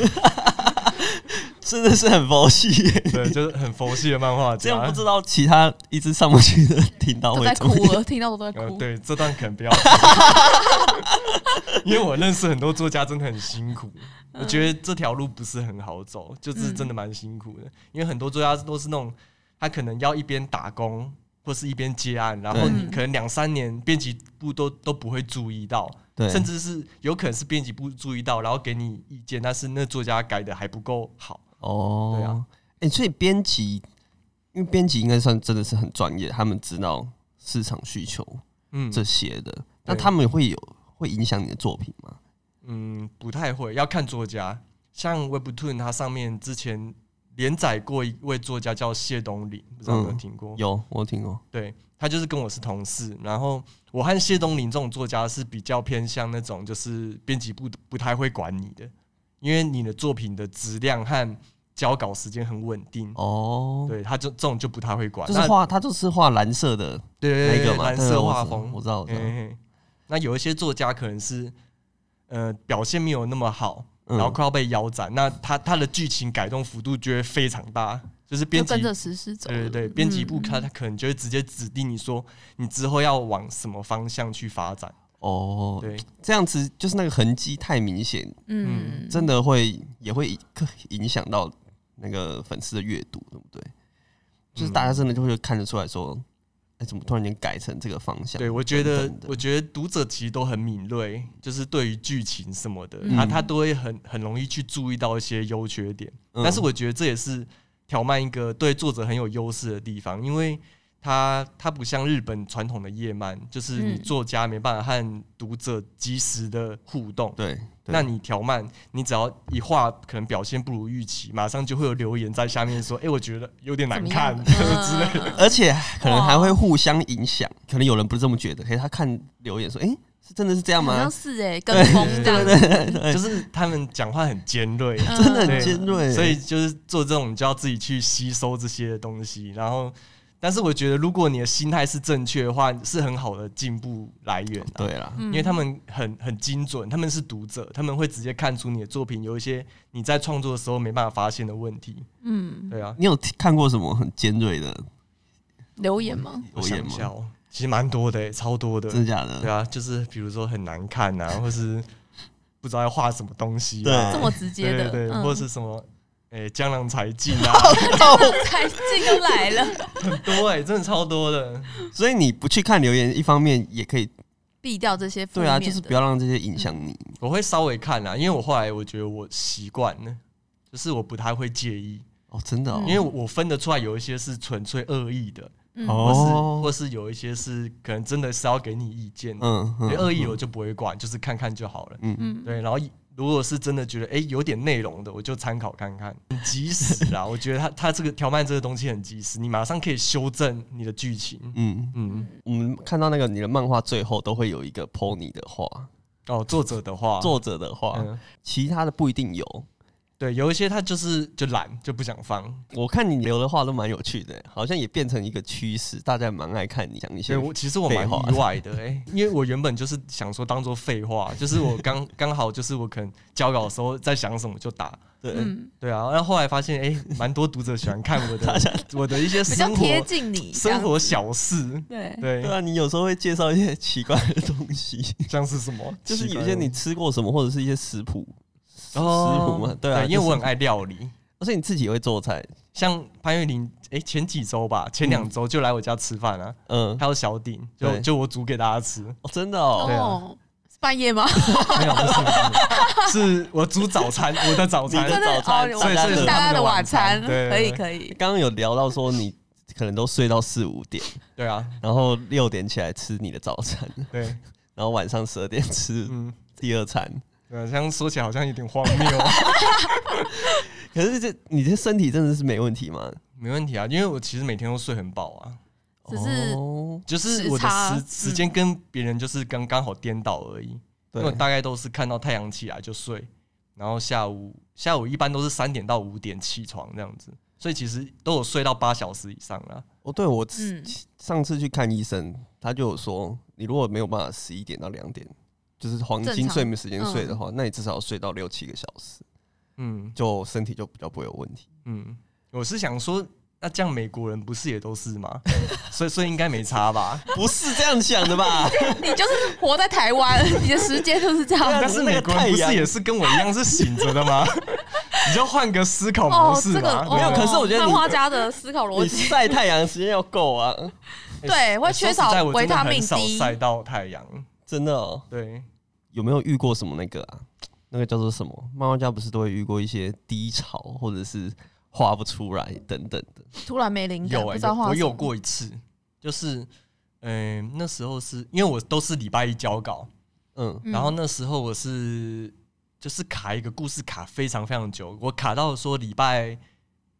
Speaker 1: 真的是很佛系耶。
Speaker 3: 对，啊就是很佛系的漫画
Speaker 1: 这
Speaker 3: 家。
Speaker 1: 样不知道其他一直上不去的听到
Speaker 2: 都
Speaker 1: 会
Speaker 2: 在
Speaker 1: 怎么
Speaker 2: 哭
Speaker 1: 样？
Speaker 2: 了，听到我都在
Speaker 3: 呃，
Speaker 2: 哭。
Speaker 3: 对，这段可能不要， (laughs) 因为我认识很多作家，真的很辛苦。我觉
Speaker 1: 嗯
Speaker 3: 得这条路不是很好走，就是真的蛮辛苦的。因为很多作家都是那种，他可能要一边打工或是一边接案，然后
Speaker 1: 对
Speaker 3: 你可能两三年编辑部都都不会注意到，
Speaker 1: 对，
Speaker 3: 甚至是有可能是编辑部注意到，然后给你意见，但是那作家改的还不够好。
Speaker 1: 哦，
Speaker 3: 对啊，
Speaker 1: 哎、所以编辑，因为编辑应该算真的是很专业，他们知道市场需求
Speaker 3: 嗯，
Speaker 1: 这些的，那
Speaker 3: 对
Speaker 1: 他们会有会影响你的作品吗？
Speaker 3: 嗯，不太会，要看作家。像 Webtoon，它上面之前连载过一位作家叫谢东林，不知道有没有
Speaker 1: 嗯
Speaker 3: 听过？
Speaker 1: 有，我有听过。
Speaker 3: 对他就是跟我是同事，然后我和谢东林这种作家是比较偏向那种，就是编辑部不太会管你的，因为你的作品的质量和交稿时间很稳定。
Speaker 1: 哦，
Speaker 3: 嗯对，他就这种就不太会管，
Speaker 1: 就是
Speaker 3: 那
Speaker 1: 画，他就是画蓝色的
Speaker 3: 对对
Speaker 1: 那个
Speaker 3: 对对
Speaker 1: 嘛，
Speaker 3: 蓝
Speaker 1: 对
Speaker 3: 色
Speaker 1: 我
Speaker 3: 画
Speaker 1: 知
Speaker 3: 风
Speaker 1: 我，知道，我知
Speaker 3: 嘿
Speaker 1: 道。
Speaker 3: 嘿嘿嗯那有一些作家可能是，呃，表现没有那么好，
Speaker 1: 嗯
Speaker 3: 然后快要被腰斩，那他他的剧情改动幅度就会非常大，就是
Speaker 2: 就
Speaker 3: 编辑
Speaker 2: 跟着实施走了。
Speaker 3: 对对对，编辑部
Speaker 2: 嗯
Speaker 3: 他他可能就会直接指定你说你之后要往什么方向去发展，
Speaker 1: 哦，
Speaker 3: 对，
Speaker 1: 这样子就是那个痕迹太明显，
Speaker 2: 嗯，
Speaker 1: 真的会也会影影响到那个粉丝的阅读，对不对？就是大
Speaker 3: 嗯
Speaker 1: 家真的就会看得出来说，哎、怎么突然间改成这个方向？
Speaker 3: 对我觉得
Speaker 1: 等等的
Speaker 3: 我觉得读者其实都很敏锐，就是对于剧情什么的，
Speaker 2: 嗯
Speaker 3: 他他都会很很容易去注意到一些优缺点。
Speaker 1: 嗯
Speaker 3: 但是我觉得这也是条漫一个对作者很有优势的地方，因为它它不像日本传统的页漫，就是你
Speaker 2: 嗯
Speaker 3: 作家没办法和读者及时的互动。
Speaker 1: 对，对
Speaker 3: 那你条漫，你只要一画可能表现不如预期，马上就会有留言在下面说：“哎、我觉得有点难看
Speaker 2: 怎么样嗯
Speaker 3: 之类的。
Speaker 1: 而且可能还会互相影响，可能有人不是这么觉得，可是他看留言说，哎、是真的是这样
Speaker 2: (laughs) 好像
Speaker 1: 吗？
Speaker 2: 是哎、跟风
Speaker 3: (laughs)
Speaker 2: 这样子，
Speaker 3: 就是他们讲话很尖锐，
Speaker 2: 嗯
Speaker 1: (laughs) 真的很
Speaker 3: 对
Speaker 1: 尖锐，
Speaker 3: 所以就是做这种，你就要自己去吸收这些东西。然后，但是我觉得，如果你的心态是正确的话，是很好的进步来源、啊。
Speaker 1: 对啦，
Speaker 2: 嗯
Speaker 3: 因为他们很很精准，他们是读者，他们会直接看出你的作品有一些你在创作的时候没办法发现的问题。
Speaker 2: 嗯
Speaker 3: 对啊，
Speaker 1: 你有看过什么很尖锐的
Speaker 2: 留言吗？
Speaker 3: 我
Speaker 1: 留
Speaker 3: 想
Speaker 1: 言
Speaker 3: 一下
Speaker 1: 吗？
Speaker 3: 哦，其实蛮多的欸，超多的。
Speaker 1: 真的假的？
Speaker 3: 对啊，就是比如说很难看啊，或是不知道要画什么东西
Speaker 1: 对
Speaker 3: 啊，
Speaker 2: 这么直接
Speaker 3: 对
Speaker 2: 的，
Speaker 3: 对对，
Speaker 2: 嗯、 (laughs)
Speaker 3: 或是什么诶江郎才尽啊，
Speaker 2: 才进又来了，
Speaker 3: 很多哎、真的超多的。
Speaker 1: 所以你不去看留言，一方面也可以，
Speaker 2: 避掉这些负
Speaker 1: 对
Speaker 2: 面
Speaker 1: 啊，
Speaker 2: 的，嗯
Speaker 1: 就是不要让这些影响你。
Speaker 3: 我会稍微看啊啦，因为我后来我觉得我习惯了，就是我不太会介意，
Speaker 1: 哦，真的哦
Speaker 2: 嗯，
Speaker 3: 因为我分得出来有一些是纯粹恶意的，
Speaker 2: 嗯
Speaker 1: 哦
Speaker 3: 或是或是有一些是可能真的是要给你意见的，
Speaker 1: 嗯
Speaker 3: 对
Speaker 1: 嗯，
Speaker 3: 恶意我就不会管，就是看看就好了。
Speaker 1: 嗯，
Speaker 2: 嗯，
Speaker 3: 对，然后如果是真的觉得诶有点内容的，我就参考看看。很及时
Speaker 1: (laughs)
Speaker 3: 啦，我觉得他他这个条漫这个东西很及时，你马上可以修正你的剧情。
Speaker 1: 嗯，
Speaker 3: 嗯，
Speaker 1: 我们看到那个你的漫画最后都会有一个 pony 的话，
Speaker 3: 哦，作者的话，
Speaker 1: 作者的话，
Speaker 3: 嗯，
Speaker 1: 其他的不一定有。
Speaker 3: 对，有一些他就是就懒，就不想放。
Speaker 1: 我看你留的话都蛮有趣的，好像也变成一个趋势，大家蛮爱看你讲一
Speaker 3: 所
Speaker 1: 些
Speaker 3: 以。我其实我
Speaker 1: 废
Speaker 3: 蛮
Speaker 1: 话
Speaker 3: 意外的诶，因为我原本就是想说当做废话，就是我刚刚好就是我可能交稿的时候在想什么就打。
Speaker 1: 对，
Speaker 2: 嗯，
Speaker 3: 对啊，然后后来发现，诶，蛮多读者喜欢看
Speaker 1: (laughs)
Speaker 3: 我的我的一些
Speaker 2: 比较
Speaker 3: 生
Speaker 2: 贴
Speaker 3: 活
Speaker 2: 近你这样
Speaker 3: 生活小事，
Speaker 2: 对，
Speaker 3: 对
Speaker 1: 对，啊，你有时候会介绍一些奇怪的东西，
Speaker 3: 像是什么，
Speaker 1: 就是有
Speaker 3: 奇
Speaker 1: 些
Speaker 3: 怪的
Speaker 1: 你吃过什么，或者是一些食谱，食
Speaker 3: 哦，
Speaker 1: 谱嘛，对啊，
Speaker 3: 因为我很
Speaker 1: 就是，
Speaker 3: 爱料理。
Speaker 1: 而且你自己也会做菜，
Speaker 3: 像潘玉玲，哎、前几周吧，前两周就来我家吃饭啊，
Speaker 1: 嗯，
Speaker 3: 还有小鼎，就
Speaker 1: 对
Speaker 3: 就我煮给大家吃，没
Speaker 1: 哦真的哦，
Speaker 3: 对啊
Speaker 2: 哦，是半夜吗？
Speaker 3: 有，不是，不是是我煮早餐，我的早
Speaker 2: (laughs)
Speaker 3: 餐
Speaker 1: 你，的早餐
Speaker 2: 哦
Speaker 1: 所以
Speaker 2: 我
Speaker 1: 所以是
Speaker 2: 大家
Speaker 3: 他们的
Speaker 2: 的
Speaker 3: 晚
Speaker 2: 晚
Speaker 3: 餐
Speaker 2: 餐，
Speaker 3: 对
Speaker 2: 可以可以，
Speaker 1: 刚刚有聊到说你可能都睡到四五点，
Speaker 3: 对啊，
Speaker 1: 然后六点起来吃你的早餐，
Speaker 3: 对，
Speaker 1: 然后晚上十二点吃
Speaker 3: 嗯，
Speaker 1: 第二餐。
Speaker 3: 对，啊这样说起来好像有点荒谬，
Speaker 1: 可是这你这身体真的是没问题吗？
Speaker 3: (laughs) 没问题啊，因为我其实每天都睡很饱啊，
Speaker 2: 只是
Speaker 1: 哦、
Speaker 3: 就是
Speaker 2: 时
Speaker 3: 我的
Speaker 2: 差嗯
Speaker 3: 时时间跟别人就是刚刚好颠倒而已，因为我
Speaker 1: 对，
Speaker 3: 大概都是看到太阳起来就睡，然后下午下午一般都是三点到五点起床这样子，所以其实都有睡到八小时以上啊啦。
Speaker 1: 哦对我
Speaker 2: 嗯
Speaker 1: 上次去看医生，他就有说，你如果没有办法十一点到两点，就是黄
Speaker 2: 正
Speaker 1: 金
Speaker 2: 常
Speaker 1: 睡眠时间睡的话，那你至少要睡到六七个小时，
Speaker 3: 嗯
Speaker 1: 就身体就比较不会有问题。
Speaker 3: 嗯，我是想说，那这样美国人不是也都是吗？ (laughs) 所以所以应该没
Speaker 2: (laughs)
Speaker 3: 差吧？
Speaker 1: (laughs) 不是这样想的 (laughs) 吧？
Speaker 2: 你就是活在台湾， (laughs) 你的时间就是这样
Speaker 3: 但
Speaker 2: 子。
Speaker 3: 是美国人不是也是跟我一样是醒着的
Speaker 2: (laughs)
Speaker 3: 吗？你就换个思考模式
Speaker 2: 这个
Speaker 3: 嘛。
Speaker 2: 哦
Speaker 1: 没有
Speaker 3: 对不
Speaker 1: 可是我觉得你
Speaker 2: 漫画家的思考逻
Speaker 1: 你
Speaker 2: 辑，
Speaker 1: 晒太阳的时间要够啊，
Speaker 3: 对
Speaker 2: 对会缺少
Speaker 3: 说实在我
Speaker 2: 维
Speaker 3: 真的
Speaker 2: 他命 D
Speaker 3: 很少晒到太阳。
Speaker 1: 真的哦。
Speaker 3: 对，
Speaker 1: 有没有遇过什么那个啊？那个叫做什么？漫画家不是都会遇过一些低潮，或者是画不出来等等的。
Speaker 2: 突然没灵感，嗯
Speaker 3: 有
Speaker 2: 不
Speaker 3: 哎、
Speaker 2: 知道画
Speaker 3: 我
Speaker 2: 什么
Speaker 3: 有过一次，就是嗯、那时候是因为我都是礼拜一交稿，
Speaker 1: 嗯，
Speaker 2: 嗯
Speaker 3: 然后那时候我是就是卡一个故事卡非常非常久，我卡到说礼拜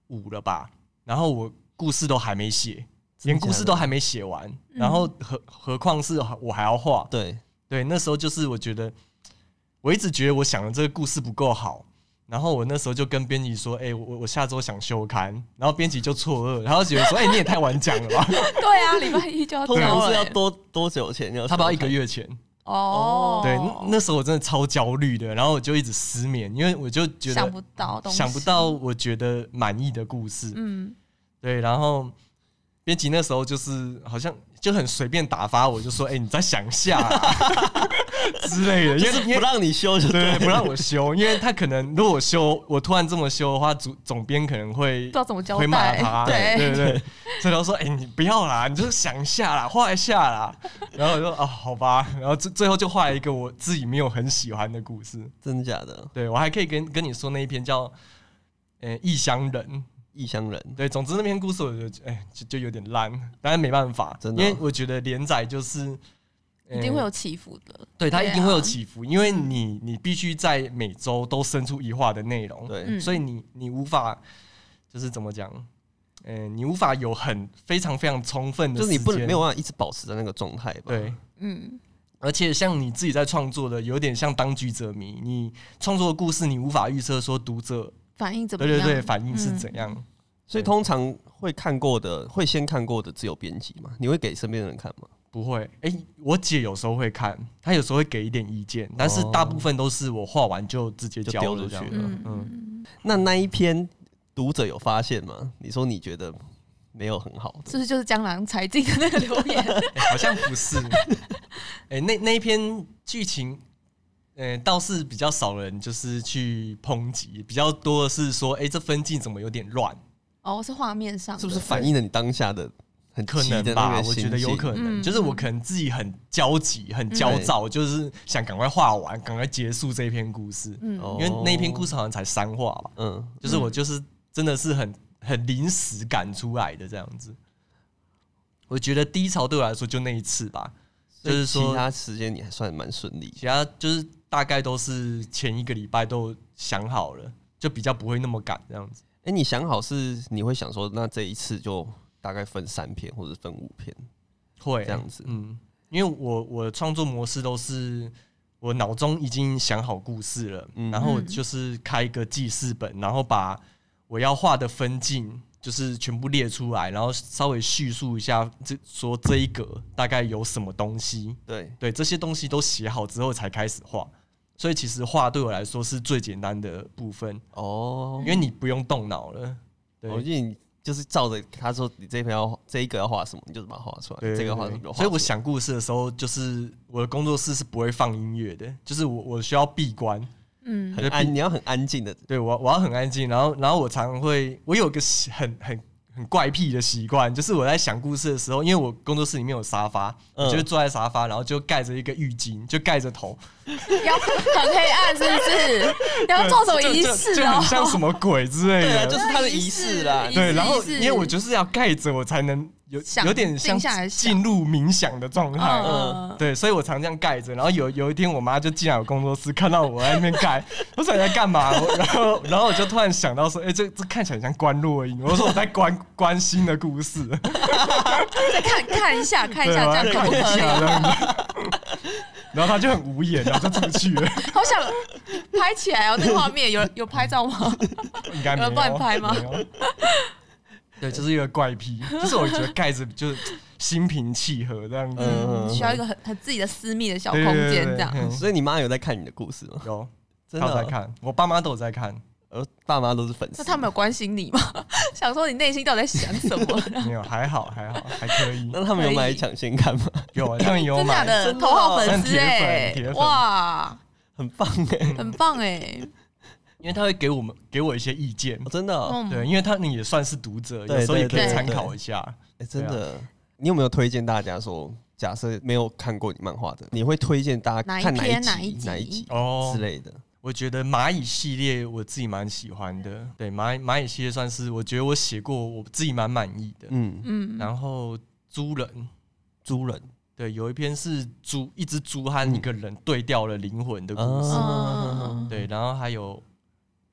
Speaker 3: 五了吧，然后我故事都还没写，连故事都还没写完，
Speaker 2: 嗯
Speaker 3: 然后何何况是我还要画，
Speaker 1: 对，啊
Speaker 3: 对，那时候就是我觉得，我一直觉得我想的这个故事不够好，然后我那时候就跟编辑说，哎、我我下周想休刊，然后编辑就错愕，然后觉得说，哎、你也太晚讲了 (laughs) 吧，
Speaker 2: (laughs) 对啊，礼拜一就要
Speaker 1: 通常
Speaker 2: 交
Speaker 1: 是
Speaker 2: 了
Speaker 1: 要
Speaker 2: 欸
Speaker 1: 多多久前要？
Speaker 3: 差不多一个月前，
Speaker 2: 哦，
Speaker 3: 对，那那时候我真的超焦虑的，然后我就一直失眠，因为我就觉
Speaker 2: 想
Speaker 3: 得
Speaker 2: 不到东西，
Speaker 3: 想不到我觉得满意的故事，
Speaker 2: 嗯，
Speaker 3: 对，然后编辑那时候就是好像就很随便打发我，就说，哎、你再想一下、啊、 (laughs) 之类的，因
Speaker 1: 就
Speaker 3: 为
Speaker 1: 是
Speaker 3: 因为
Speaker 1: 不让你休就
Speaker 3: 对，
Speaker 1: 对，
Speaker 3: 不让我修，因为他可能如果我修，我突然这么修的话，总总编可能会
Speaker 2: 不知道怎么交
Speaker 3: 会骂
Speaker 2: 代 (laughs)
Speaker 3: 他，，对对对，所以他说：“哎、你不要啦，你就想一下啦，画一下啦。” (laughs) 然后我就啊，好吧， (laughs) 然后最最后就画了一个我自己没有很喜欢的故事。
Speaker 1: 真的假的？
Speaker 3: 对我还可以跟跟你说那一篇叫呃《异乡人》，
Speaker 1: 异乡人，
Speaker 3: 对，总之那篇故事我就觉得哎、就就有点烂，但是没办法，
Speaker 1: 真的哦
Speaker 3: 因为我觉得连载就是。呃
Speaker 2: 一定会有起伏的，
Speaker 3: 对它
Speaker 2: 对
Speaker 3: 一定会有
Speaker 2: 啊
Speaker 3: 起伏，因为你你必须在每周都生出一话的内容，
Speaker 1: 对，
Speaker 2: 嗯
Speaker 3: 所以你你无法就是怎么讲，嗯、你无法有很非常非常充分的
Speaker 1: 就
Speaker 3: 时
Speaker 1: 是
Speaker 3: 间，
Speaker 1: 你不能没有办法一直保持在那个状态吧？
Speaker 3: 对，
Speaker 2: 嗯，
Speaker 3: 而且像你自己在创作的，有点像当局者迷，你创作的故事你无法预测说读者
Speaker 2: 反应怎么
Speaker 3: 对
Speaker 2: 样？
Speaker 3: 对对反应是
Speaker 2: 嗯
Speaker 3: 怎样。
Speaker 1: 所以通常会看过的，会先看过的只有编辑嘛？你会给身边的人看吗？
Speaker 3: 不会，哎、我姐有时候会看，她有时候会给一点意见，但是
Speaker 1: 哦
Speaker 3: 大部分都是我画完就直接
Speaker 1: 就
Speaker 3: 交
Speaker 1: 丢
Speaker 3: 了
Speaker 1: 出
Speaker 3: 这样
Speaker 1: 去。了
Speaker 2: 嗯
Speaker 3: 嗯
Speaker 2: 嗯，
Speaker 1: 那那一篇读者有发现吗？你说你觉得没有很好的，
Speaker 2: 是不是就是江郎才尽的那个留言？ (laughs)
Speaker 3: 诶好像不是。哎、那那一篇剧情，呃，倒是比较少人就是去抨击，比较多的是说，哎、这分镜怎么有点乱？
Speaker 2: 哦，是画面上的
Speaker 1: 是不是反映了你当下的很
Speaker 3: 可
Speaker 1: 急
Speaker 3: 能
Speaker 1: 的那
Speaker 3: 吧，
Speaker 1: 个
Speaker 3: 我
Speaker 1: 心
Speaker 3: 觉得有
Speaker 1: 情嗯
Speaker 3: 可能，
Speaker 2: 嗯
Speaker 3: 就是我可能自己很焦急、很焦躁，就是想赶快画完，赶快结束这一篇故事。
Speaker 2: 嗯
Speaker 1: 哦
Speaker 3: 因为那一篇故事好像才三话吧，
Speaker 1: 嗯，
Speaker 3: 就是我就是真的是很很临时赶出来的这样子。我觉得低潮对我来说就那一次吧，就
Speaker 1: 所以
Speaker 3: 是说
Speaker 1: 其他时间你还算蛮顺利。
Speaker 3: 其他就是大概都是前一个礼拜都想好了，就比较不会那么赶这样子。
Speaker 1: 哎、你想好是你会想说，那这一次就大概分三篇或者分五篇，
Speaker 3: 会
Speaker 1: 这样子
Speaker 3: 嗯，因为我我创作模式都是我脑中已经想好故事了，
Speaker 1: 嗯
Speaker 3: 然后就是开一个记事本，然后把我要画的分镜就是全部列出来，然后稍微叙述一下这说这一格大概有什么东西，
Speaker 1: 对，
Speaker 3: 对这些东西都写好之后才开始画。所以其实画对我来说是最简单的部分，
Speaker 1: 哦
Speaker 3: 因，为你不用动脑了。对，
Speaker 1: 我建议就是照着他说你这篇要这一个要画什么，你就是把它画出来，
Speaker 3: 对，
Speaker 1: 这
Speaker 3: 对
Speaker 1: 个画
Speaker 3: 对
Speaker 1: 什么就画
Speaker 3: 所以
Speaker 1: 出
Speaker 3: 我
Speaker 1: 来
Speaker 3: 想故事的时候，就是我的工作室是不会放音乐的，就是我我需要闭关，
Speaker 2: 嗯
Speaker 1: 很安，你要很安静的，
Speaker 3: 对我我要很安静，然后然后我常会，我有个习很很很怪癖的习惯，就是我在想故事的时候，因为我工作室里面有沙发，
Speaker 1: 嗯
Speaker 3: 我就会坐在沙发，然后就盖着一个浴巾，就盖着头，
Speaker 2: 要很黑暗，是不是？要做什么仪
Speaker 3: 就就
Speaker 2: 式
Speaker 3: 就
Speaker 2: 哦
Speaker 3: 很？像什么鬼之类
Speaker 1: 对
Speaker 3: 的，
Speaker 1: 啊，就是他的仪式啦
Speaker 2: 仪。式
Speaker 3: 对，然后
Speaker 2: 仪式
Speaker 3: 因为我就是要盖着，我才能有
Speaker 2: 想
Speaker 3: 有点像
Speaker 2: 静下来想
Speaker 3: 进入冥想的状态。
Speaker 2: 嗯
Speaker 3: 对，所以我常这样盖着。然后有有一天，我妈就进来我工作室，看到我在那边盖，我说你在干嘛？我然后然后我就突然想到说，哎、这这看起来很像关洛音。我说我在关关心的故事，
Speaker 2: 再看看一下，看一
Speaker 3: 对，
Speaker 2: 下这
Speaker 3: 我在
Speaker 2: 样可
Speaker 3: 看
Speaker 2: 不
Speaker 3: 一
Speaker 2: 可
Speaker 3: 下这
Speaker 2: 以？
Speaker 3: 样子。然后她就很无言，然后就出去了，
Speaker 2: 好想拍起来哦，那个画面
Speaker 3: (laughs)
Speaker 2: 有有拍照吗？
Speaker 3: 应该没
Speaker 2: 有人帮你拍吗
Speaker 3: 没有对，就是一个怪癖，就是我觉得盖着就是心平气和这样子。
Speaker 1: 嗯
Speaker 2: 嗯，需要一个很很自己的私密的小空间这样。
Speaker 3: 对对对对
Speaker 1: 所以你妈有在看你的故事吗？
Speaker 3: 嗯有，
Speaker 1: 真的
Speaker 3: 他在
Speaker 1: 哦，
Speaker 3: 看，我爸妈都有
Speaker 2: (laughs)
Speaker 3: 在看，
Speaker 1: 而爸妈都是粉丝
Speaker 2: 那。他们有关心你吗？ (laughs) 想说你内心到底在想什么？
Speaker 3: 没有，还好，还好，还可以。
Speaker 1: 那他们有
Speaker 2: 可以
Speaker 1: 买抢先看吗？
Speaker 3: 有，
Speaker 2: (laughs)
Speaker 3: 啊，他们有
Speaker 2: 真假
Speaker 3: 买，
Speaker 2: 的
Speaker 1: 真的哦
Speaker 2: 头号粉丝
Speaker 3: 很
Speaker 2: 哎
Speaker 3: 铁粉铁，粉
Speaker 2: 哇，
Speaker 1: 很棒
Speaker 3: 嗯
Speaker 1: 哎，
Speaker 2: 很棒哎，
Speaker 3: 因为他会给我们给我一些意见
Speaker 1: 哦，真的哦，
Speaker 2: 嗯，
Speaker 3: 对，因为他你也算是读者，
Speaker 1: 对
Speaker 3: 有时候也可以
Speaker 2: 对对
Speaker 3: 参考一下。
Speaker 1: 哎，真的。
Speaker 3: 啊
Speaker 1: 你有没有推荐大家说，假设没有看过你漫画的，你会推荐大家
Speaker 2: 哪一
Speaker 1: 看哪
Speaker 2: 篇
Speaker 1: 集、
Speaker 2: 哪
Speaker 1: 哪
Speaker 2: 一集
Speaker 1: 集
Speaker 3: 哦
Speaker 1: 之，类的？
Speaker 3: 我觉得蚂蚁系列我自己蛮喜欢的，对，蚂蚁蚂蚁系列算是我觉得我写过我自己蛮满意的。
Speaker 1: 嗯，
Speaker 2: 嗯，
Speaker 3: 然后猪人，
Speaker 1: 猪人
Speaker 3: 对，有一篇是猪一只猪和一个人对调了灵魂的故
Speaker 2: 哦
Speaker 3: 事，
Speaker 2: 嗯
Speaker 1: 啊，
Speaker 3: 对，然后还有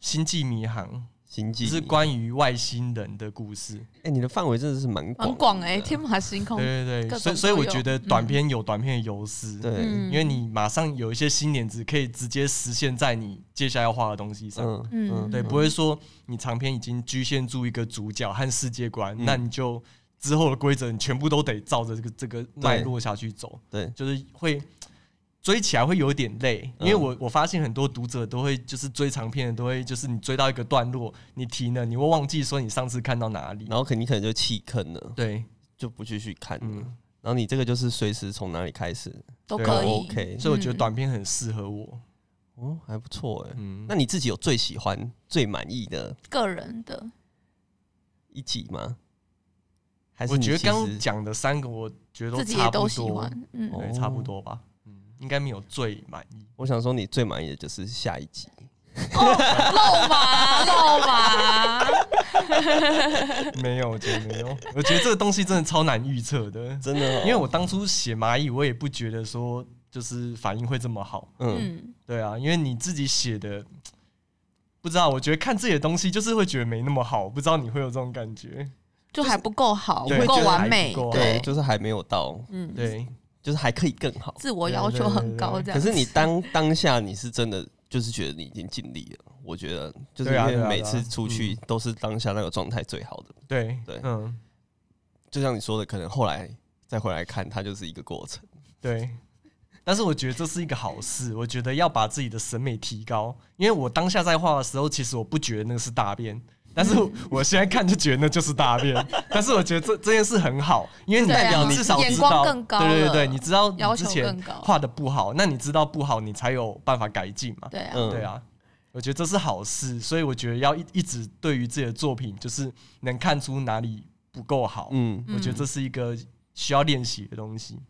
Speaker 3: 星际迷航，
Speaker 1: 星际
Speaker 3: 就是
Speaker 1: 迷
Speaker 3: 关于外星人的故事。
Speaker 1: 哎、你的范围真的是蛮广
Speaker 2: 很
Speaker 1: 的啊
Speaker 2: 广哎，天马行空，
Speaker 3: 对对对，
Speaker 2: 各
Speaker 3: 所以
Speaker 2: 种
Speaker 3: 所以
Speaker 2: 都
Speaker 3: 我
Speaker 2: 有
Speaker 3: 觉得短片有短片的优势，
Speaker 1: 对，
Speaker 2: 嗯
Speaker 3: 因为你马上有一些新点子可以直接实现在你接下来要画的东西上。
Speaker 1: 嗯
Speaker 2: 嗯
Speaker 3: 对，不会说你长篇已经局限住一个主角和世界观，
Speaker 1: 嗯
Speaker 3: 那你就之后的规则你全部都得照着这个这个脉络下去走，
Speaker 1: 对，
Speaker 3: 就是会追起来会有点累，
Speaker 1: 嗯
Speaker 3: 因为我我发现很多读者都会就是追长篇的都会就是你追到一个段落，你停了，你会忘记说你上次看到哪里。
Speaker 1: 然后肯定可能就弃坑了，
Speaker 3: 对，
Speaker 1: 就不继续看了。
Speaker 3: 嗯，
Speaker 1: 然后你这个就是随时从哪里开始
Speaker 2: 都
Speaker 3: 对
Speaker 2: 可
Speaker 1: 都
Speaker 2: 以。
Speaker 1: OK，
Speaker 3: 所以我觉得
Speaker 2: 嗯
Speaker 3: 短片很适合我。
Speaker 1: 哦，还不错哎。
Speaker 3: 嗯，
Speaker 1: 那你自己有最喜欢、最满意的
Speaker 2: 个人的，
Speaker 1: 一集吗？还是
Speaker 3: 我
Speaker 1: 你
Speaker 3: 觉得
Speaker 1: 其实
Speaker 3: 刚刚讲的三个，我觉得
Speaker 2: 自己
Speaker 3: 差
Speaker 2: 也
Speaker 3: 不
Speaker 2: 都喜
Speaker 3: 多，
Speaker 2: 欢，嗯，
Speaker 1: 哦
Speaker 3: 对，差不多吧。嗯，应该没有最满
Speaker 1: (laughs)
Speaker 3: 意。
Speaker 1: 我想说你最满意的就是下一集，
Speaker 2: 肉麻肉麻，
Speaker 3: (laughs) 没有，我觉得没有。我觉得这个东西真的超难预测的，
Speaker 1: 真的哦、
Speaker 3: 因为我当初写蚂蚁，我也不觉得说就是反应会这么好。
Speaker 1: 嗯，
Speaker 2: 嗯，
Speaker 3: 对啊，因为你自己写的，不知道。我觉得看自己的东西，就是会觉得没那么好，不知道你会有这种感觉。
Speaker 2: 就还不够好，
Speaker 3: 对
Speaker 2: 不够
Speaker 3: 就是还
Speaker 2: 完
Speaker 3: 不
Speaker 2: 美，
Speaker 3: 够好
Speaker 1: 对，
Speaker 2: 对，
Speaker 1: 就是还没有到，
Speaker 2: 嗯，
Speaker 3: 对，
Speaker 1: 就是还可以更好。
Speaker 2: 自我要求很高这
Speaker 1: 可
Speaker 2: 样。
Speaker 1: 是你当当下你是真的就是觉得你已经尽力了，我觉得就是
Speaker 3: 对
Speaker 1: 因
Speaker 3: 啊
Speaker 1: 为
Speaker 3: 对啊
Speaker 1: 每
Speaker 3: 对啊
Speaker 1: 次出去都是当下那个状态最好的。
Speaker 3: 对
Speaker 1: 对
Speaker 3: 嗯，
Speaker 1: 就像你说的，可能后来再回来看，它就是一个过程。
Speaker 3: 对。但是我觉得这是一个好事，我觉得要把自己的审美提高，因为我当下在画的时候，其实我不觉得那个是大便，
Speaker 2: (laughs)
Speaker 3: 但是我我现在看就觉得那就是大便，但是我觉得这这件事很好，因为你
Speaker 2: 对啊
Speaker 3: 代表你至少
Speaker 2: 眼
Speaker 3: 知
Speaker 2: 光
Speaker 3: 道，
Speaker 2: 更高
Speaker 3: 对对对
Speaker 2: 了
Speaker 3: 对，你知道你
Speaker 2: 要
Speaker 3: 之
Speaker 2: 求
Speaker 3: 前
Speaker 2: 更高
Speaker 3: 画的不好，那你知道不好，你才有办法改进嘛，
Speaker 2: 对啊，
Speaker 1: 嗯，
Speaker 3: 对。啊。我觉得这是好事，所以我觉得要一一直对于自己的作品，就是能看出哪里不够好，
Speaker 1: 嗯，
Speaker 2: 嗯
Speaker 3: 我觉得这是一个需要练习的东西。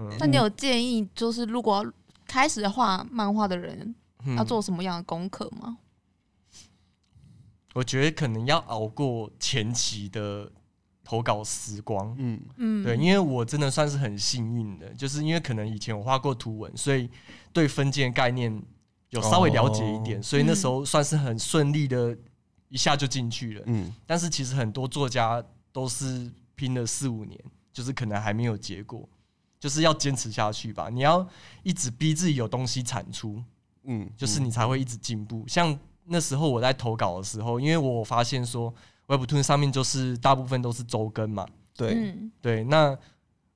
Speaker 3: 嗯，
Speaker 2: 那你有建议，就是如果要开始画漫画的人，
Speaker 3: 嗯
Speaker 2: 要做什么样的功课吗？
Speaker 3: 我觉得可能要熬过前期的投稿时光。
Speaker 1: 嗯，
Speaker 2: 嗯，
Speaker 3: 对，因为我真的算是很幸运的，就是因为可能以前我画过图文，所以对分件概念有稍微了解一点，
Speaker 1: 哦
Speaker 3: 所以那时候算是很顺利的，一下就进去了。
Speaker 1: 嗯，
Speaker 3: 但是其实很多作家都是拼了四五年，就是可能还没有结果，就是要坚持下去吧。你要一直逼自己有东西产出，
Speaker 1: 嗯，
Speaker 3: 就是你才会一直进步。像那时候我在投稿的时候，因为我发现说 Webtoon 上面就是大部分都是周更嘛，
Speaker 1: 对，
Speaker 2: 嗯
Speaker 3: 对，那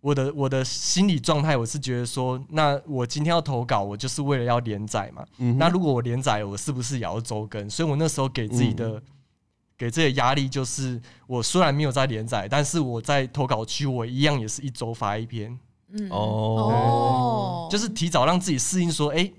Speaker 3: 我的我的心理状态，我是觉得说，那我今天要投稿，我就是为了要连载嘛。
Speaker 1: 嗯哼
Speaker 3: 那如果我连载，我是不是也要周更？所以我那时候给自己
Speaker 1: 嗯
Speaker 3: 的、给自己的压力就是，我虽然没有在连载，但是我在投稿区，我一样也是一周发一篇。
Speaker 2: 嗯
Speaker 1: 哦
Speaker 3: 就是提早让自己适应说，哎、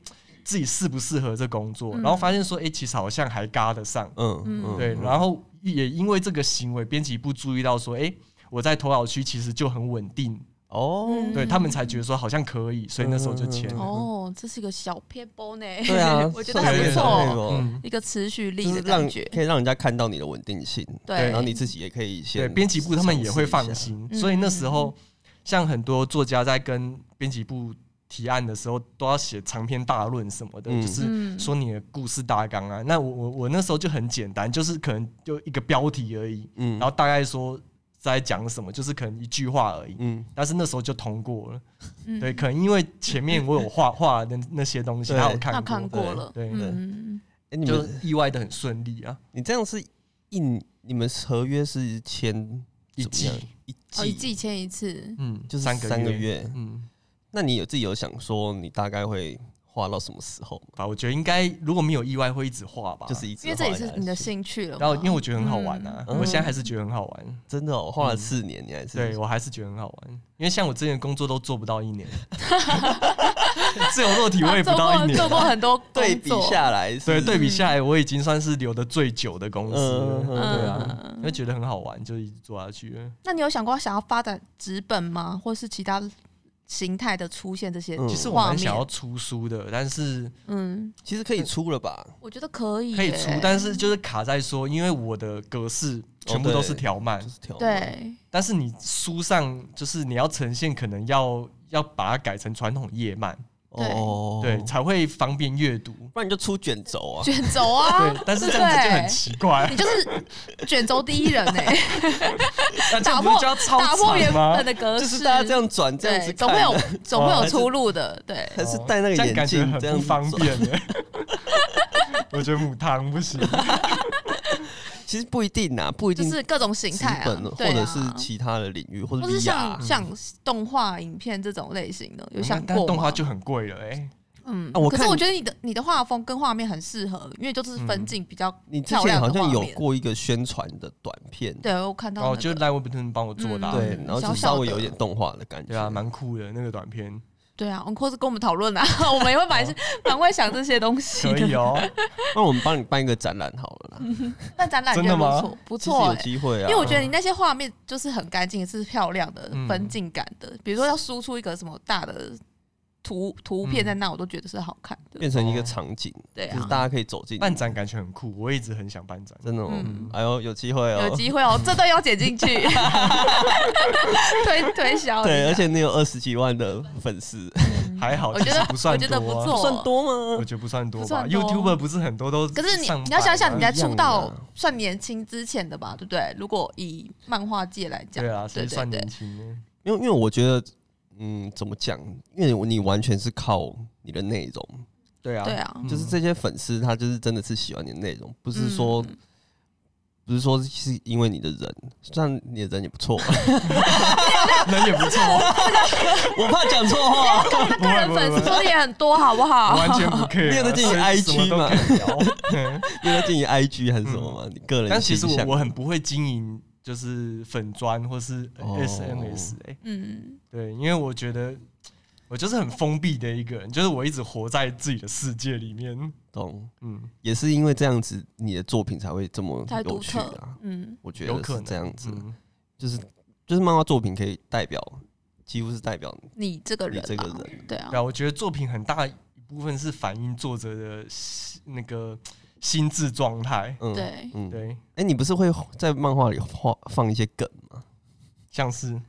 Speaker 3: 自己适不适合这工作，
Speaker 2: 嗯
Speaker 3: 然后发现说，哎、其实好像还嘎得上，
Speaker 1: 嗯
Speaker 2: 嗯
Speaker 1: 嗯，
Speaker 3: 对，然后也因为这个行为，编辑部注意到说，哎、我在投稿区其实就很稳定，
Speaker 1: 哦，
Speaker 3: 对
Speaker 2: 嗯
Speaker 3: 他们才觉得说好像可以，所以那时候就签了。
Speaker 2: 哦，这是一个小撇波
Speaker 3: (laughs)
Speaker 2: 呢。
Speaker 1: 对啊
Speaker 2: (laughs) ，我觉得还不
Speaker 1: 算是那
Speaker 2: 错，
Speaker 1: 个
Speaker 3: 嗯，
Speaker 2: 一个持续力
Speaker 1: 就是
Speaker 2: 的
Speaker 1: 让
Speaker 2: 感觉。
Speaker 1: 可以让人家看到你的稳定性，
Speaker 2: 对
Speaker 1: 然后你自己也可以先
Speaker 3: 对，编辑部他们也会放
Speaker 1: 尝试一下，
Speaker 3: 心，
Speaker 2: 嗯
Speaker 3: 所以那时候像很多作家在跟编辑部提案的时候，都要写长篇大论什么的，
Speaker 1: 嗯
Speaker 3: 就是
Speaker 2: 嗯
Speaker 3: 说你的故事大纲啊。那我我我那时候就很简单，就是可能就一个标题而已，
Speaker 1: 嗯，
Speaker 3: 然后大概说在讲什么，就是可能一句话而已。
Speaker 1: 嗯，
Speaker 3: 但是那时候就通过了，
Speaker 2: 嗯
Speaker 3: 对，可能因为前面我
Speaker 2: (laughs)
Speaker 3: 有画画的那那些东西，
Speaker 1: 对
Speaker 3: 他有
Speaker 2: 那
Speaker 3: 看
Speaker 2: 看
Speaker 3: 过，
Speaker 2: 过了，
Speaker 3: 对对
Speaker 2: 嗯，
Speaker 1: 哎，你
Speaker 3: 就
Speaker 1: 们
Speaker 3: 意外的很顺利啊，
Speaker 1: 你这样是一你们合约是签
Speaker 3: 一
Speaker 1: 怎么
Speaker 3: 季
Speaker 1: 样，一
Speaker 2: 哦，一
Speaker 1: 季，
Speaker 2: 季签一次，
Speaker 3: 嗯，
Speaker 1: 就是
Speaker 3: 三个
Speaker 1: 三个月
Speaker 3: 嗯，
Speaker 1: 那你有自己有想说你大概会画到什么时候吗？
Speaker 3: 吧，我觉得应该如果没有意外会一直画吧，
Speaker 1: 就是一直
Speaker 2: 因为这也
Speaker 1: 画下
Speaker 2: 是你的
Speaker 1: 去
Speaker 2: 兴趣了嘛。
Speaker 3: 然后因为我觉得很好玩啊，
Speaker 1: 嗯
Speaker 3: 我现在还是觉得很好玩，
Speaker 1: 真的哦，画了四年，你还是
Speaker 3: 嗯对我还是觉得很好玩，因为像我之前的工作都做不到
Speaker 2: (laughs)
Speaker 3: 一年，自由落体我也不
Speaker 2: 啊做
Speaker 3: 到一
Speaker 2: 过
Speaker 3: 年
Speaker 2: 做，过很多
Speaker 1: (laughs) 对
Speaker 2: 工
Speaker 1: 比
Speaker 2: 作，
Speaker 1: 下来是，
Speaker 3: 对对比下来，我已经算是留的最久的公司了，
Speaker 1: 嗯嗯
Speaker 3: 对
Speaker 2: 嗯
Speaker 3: 啊
Speaker 2: 嗯，嗯
Speaker 3: 因为觉得很好玩，就一直做下去了。
Speaker 2: 那你有想过想要发展纸本吗？或是其他形态的出现这些
Speaker 1: 嗯
Speaker 3: 其实我
Speaker 2: 画
Speaker 3: 蛮想要
Speaker 2: 面？
Speaker 3: 出书的，但是
Speaker 2: 嗯，
Speaker 1: 其实可以出了吧？
Speaker 2: 我觉得可以耶，
Speaker 3: 可以出，但是就是卡在说，因为我的格式全部都是条漫，
Speaker 1: 就是调
Speaker 2: 哦对，
Speaker 3: 但是你书上就是你要呈现，可能要要把它改成传统页漫，
Speaker 2: 对
Speaker 1: 哦，
Speaker 3: 对，才会方便阅读。
Speaker 1: 不然你就出卷轴啊，
Speaker 2: 卷轴啊，
Speaker 3: 哦对，但是这样子就很奇
Speaker 2: (laughs)
Speaker 3: 怪
Speaker 2: 你，就是卷轴第一人欸呢，
Speaker 3: (laughs) 那这样
Speaker 2: 打
Speaker 3: 不是
Speaker 2: 破
Speaker 3: 就要超
Speaker 2: 打破原
Speaker 3: 长
Speaker 1: (laughs)
Speaker 3: 吗
Speaker 2: 本？的格
Speaker 1: 就
Speaker 2: 式，
Speaker 1: 是大家这样转这样
Speaker 2: 对，
Speaker 1: 子
Speaker 2: 总会
Speaker 1: 看
Speaker 2: 有 (laughs)
Speaker 1: 的，
Speaker 2: 总会
Speaker 1: 哦
Speaker 2: 有出路的，对。
Speaker 1: 还是戴那个
Speaker 3: 哦这样
Speaker 1: 眼
Speaker 3: 感觉
Speaker 1: 镜
Speaker 3: 很
Speaker 1: 这样
Speaker 3: 不
Speaker 1: 子
Speaker 3: 方
Speaker 1: 转。
Speaker 3: 便欸。 (laughs) 我觉得母汤不行，
Speaker 1: 其实不一定啊，不一
Speaker 2: 就
Speaker 1: 定
Speaker 2: 是各种形
Speaker 1: 纸
Speaker 2: 态、啊，
Speaker 1: 本，或
Speaker 2: 对
Speaker 1: 者
Speaker 2: 啊
Speaker 1: 是其他的领域，或者啊嗯
Speaker 2: 或是
Speaker 1: 是
Speaker 2: 像像动画、影片这种类型的，有
Speaker 1: 嗯
Speaker 2: 想
Speaker 3: 但
Speaker 2: 过
Speaker 3: 动
Speaker 2: 吗
Speaker 3: 画就很贵了哎。
Speaker 2: 嗯，
Speaker 1: 啊我
Speaker 2: 可是
Speaker 1: 看嗯
Speaker 2: 我觉得你的你的画风跟画面很适合，因为就是分镜比较、
Speaker 1: 你之前好像有
Speaker 2: 漂亮的画
Speaker 1: 过一个宣传的短片，
Speaker 2: 对，我看到、那
Speaker 3: 哦，
Speaker 2: 个
Speaker 3: 就是赖 w 不 b 帮我做的啊，
Speaker 2: 嗯
Speaker 1: 对，然后
Speaker 2: 小
Speaker 1: 就
Speaker 2: 小
Speaker 1: 稍微有一
Speaker 2: 的
Speaker 1: 点动画的感觉，
Speaker 3: 对啊，蛮酷的那个短
Speaker 2: (laughs)
Speaker 3: 片，
Speaker 2: 对啊，或是跟我们讨论啊， (laughs) 我们也会
Speaker 1: 哦
Speaker 2: 蛮蛮会想这些东西
Speaker 3: 可
Speaker 2: 的。
Speaker 3: 以哦。
Speaker 1: 那我们帮你办一个展览好了啦，
Speaker 2: 那展览
Speaker 3: 真
Speaker 2: 觉得
Speaker 3: 的
Speaker 2: 不
Speaker 3: 吗
Speaker 2: 错，嗯不
Speaker 1: 其实
Speaker 2: 错、
Speaker 1: 有
Speaker 2: 欸。
Speaker 1: 机会啊，
Speaker 2: 因为我觉得你那些画面就是很干净，是漂亮的、
Speaker 3: 嗯
Speaker 2: 分镜感的。比如说要输出一个什么大的图图片在那，我都觉得是好看的。
Speaker 1: 变成一个场景，
Speaker 2: 对
Speaker 1: 就是
Speaker 2: 啊，
Speaker 1: 大家可以走进
Speaker 3: 办展感觉很酷，我一直很想办展。
Speaker 1: 真的哦
Speaker 2: 嗯，
Speaker 1: 哎呦，有机会哦，
Speaker 2: 有机会哦，这段要剪进去，推推销一下。
Speaker 1: 对，而且你有二十几万的粉丝，
Speaker 3: 还好，
Speaker 2: 我觉
Speaker 3: 其实
Speaker 2: 得
Speaker 3: 不算
Speaker 2: 我觉得
Speaker 3: 多啊
Speaker 2: 不错嗯
Speaker 1: 算多
Speaker 3: 我
Speaker 1: 吗？
Speaker 3: 觉得不算多
Speaker 2: 不
Speaker 3: 吧。
Speaker 2: 算多
Speaker 3: YouTuber 不是很多都上百啊
Speaker 2: 可
Speaker 3: 吗，
Speaker 2: 是你你要想想，你在
Speaker 1: 一样
Speaker 2: 出道
Speaker 1: 的啊
Speaker 2: 算年轻之前的吧，对不对？如果以漫画界来讲，
Speaker 3: 对啊，所以
Speaker 2: 对
Speaker 3: 算
Speaker 2: 对
Speaker 3: 年轻呢。
Speaker 1: 因为因为我觉得，嗯，嗯，怎么讲？因为你完全是靠你的内容，
Speaker 3: 对啊，
Speaker 2: 对啊，
Speaker 3: 嗯
Speaker 1: 就是这些粉丝他就是真的是喜欢你的内容，不是说、
Speaker 2: 嗯
Speaker 1: 不是说是因为你的人，虽然你的人也不错，啊
Speaker 3: 人也不错，
Speaker 1: (laughs) 我怕讲错话。
Speaker 3: 不
Speaker 2: 个
Speaker 3: 会
Speaker 2: 人
Speaker 3: 不
Speaker 2: 粉
Speaker 3: 会
Speaker 2: 丝
Speaker 3: 不
Speaker 2: 说
Speaker 3: 会，
Speaker 2: 的也很多，好不 (laughs) 好？
Speaker 3: 完全不可啊以，
Speaker 1: 练得进 IG 嘛
Speaker 3: 嘛。
Speaker 1: 因为进行 IG 还是什么嘛，你个人
Speaker 3: 嗯但其实
Speaker 1: 倾
Speaker 3: 我
Speaker 1: 向
Speaker 3: 我很不会经营，就是粉砖或是
Speaker 1: 哦
Speaker 3: SNS 哎、
Speaker 2: (laughs) 嗯，
Speaker 3: 对，因为我觉得我就是很封闭的一个人，就是我一直活在自己的世界里面。
Speaker 1: 懂，
Speaker 3: 嗯，
Speaker 1: 也是因为这样子，你的作品才会这么
Speaker 2: 太
Speaker 1: 有
Speaker 2: 独
Speaker 1: 趣
Speaker 2: 特
Speaker 1: 啊。，
Speaker 2: 嗯，
Speaker 1: 我觉
Speaker 3: 有
Speaker 1: 得
Speaker 3: 可
Speaker 1: 是
Speaker 3: 能
Speaker 1: 这样子，
Speaker 3: 嗯
Speaker 1: 就是就是漫画作品可以代表，几乎是代表
Speaker 2: 你这个
Speaker 1: 你
Speaker 2: 人
Speaker 1: 这个
Speaker 2: 嘛，
Speaker 1: 人
Speaker 2: 对啊
Speaker 3: 对，啊，我觉得作品很大一部分是反映作者的心那个心智状态。
Speaker 1: 嗯
Speaker 2: 对
Speaker 1: 嗯。哎、
Speaker 3: 对，
Speaker 1: 你不是会在漫画里画放一些梗吗？
Speaker 3: 像是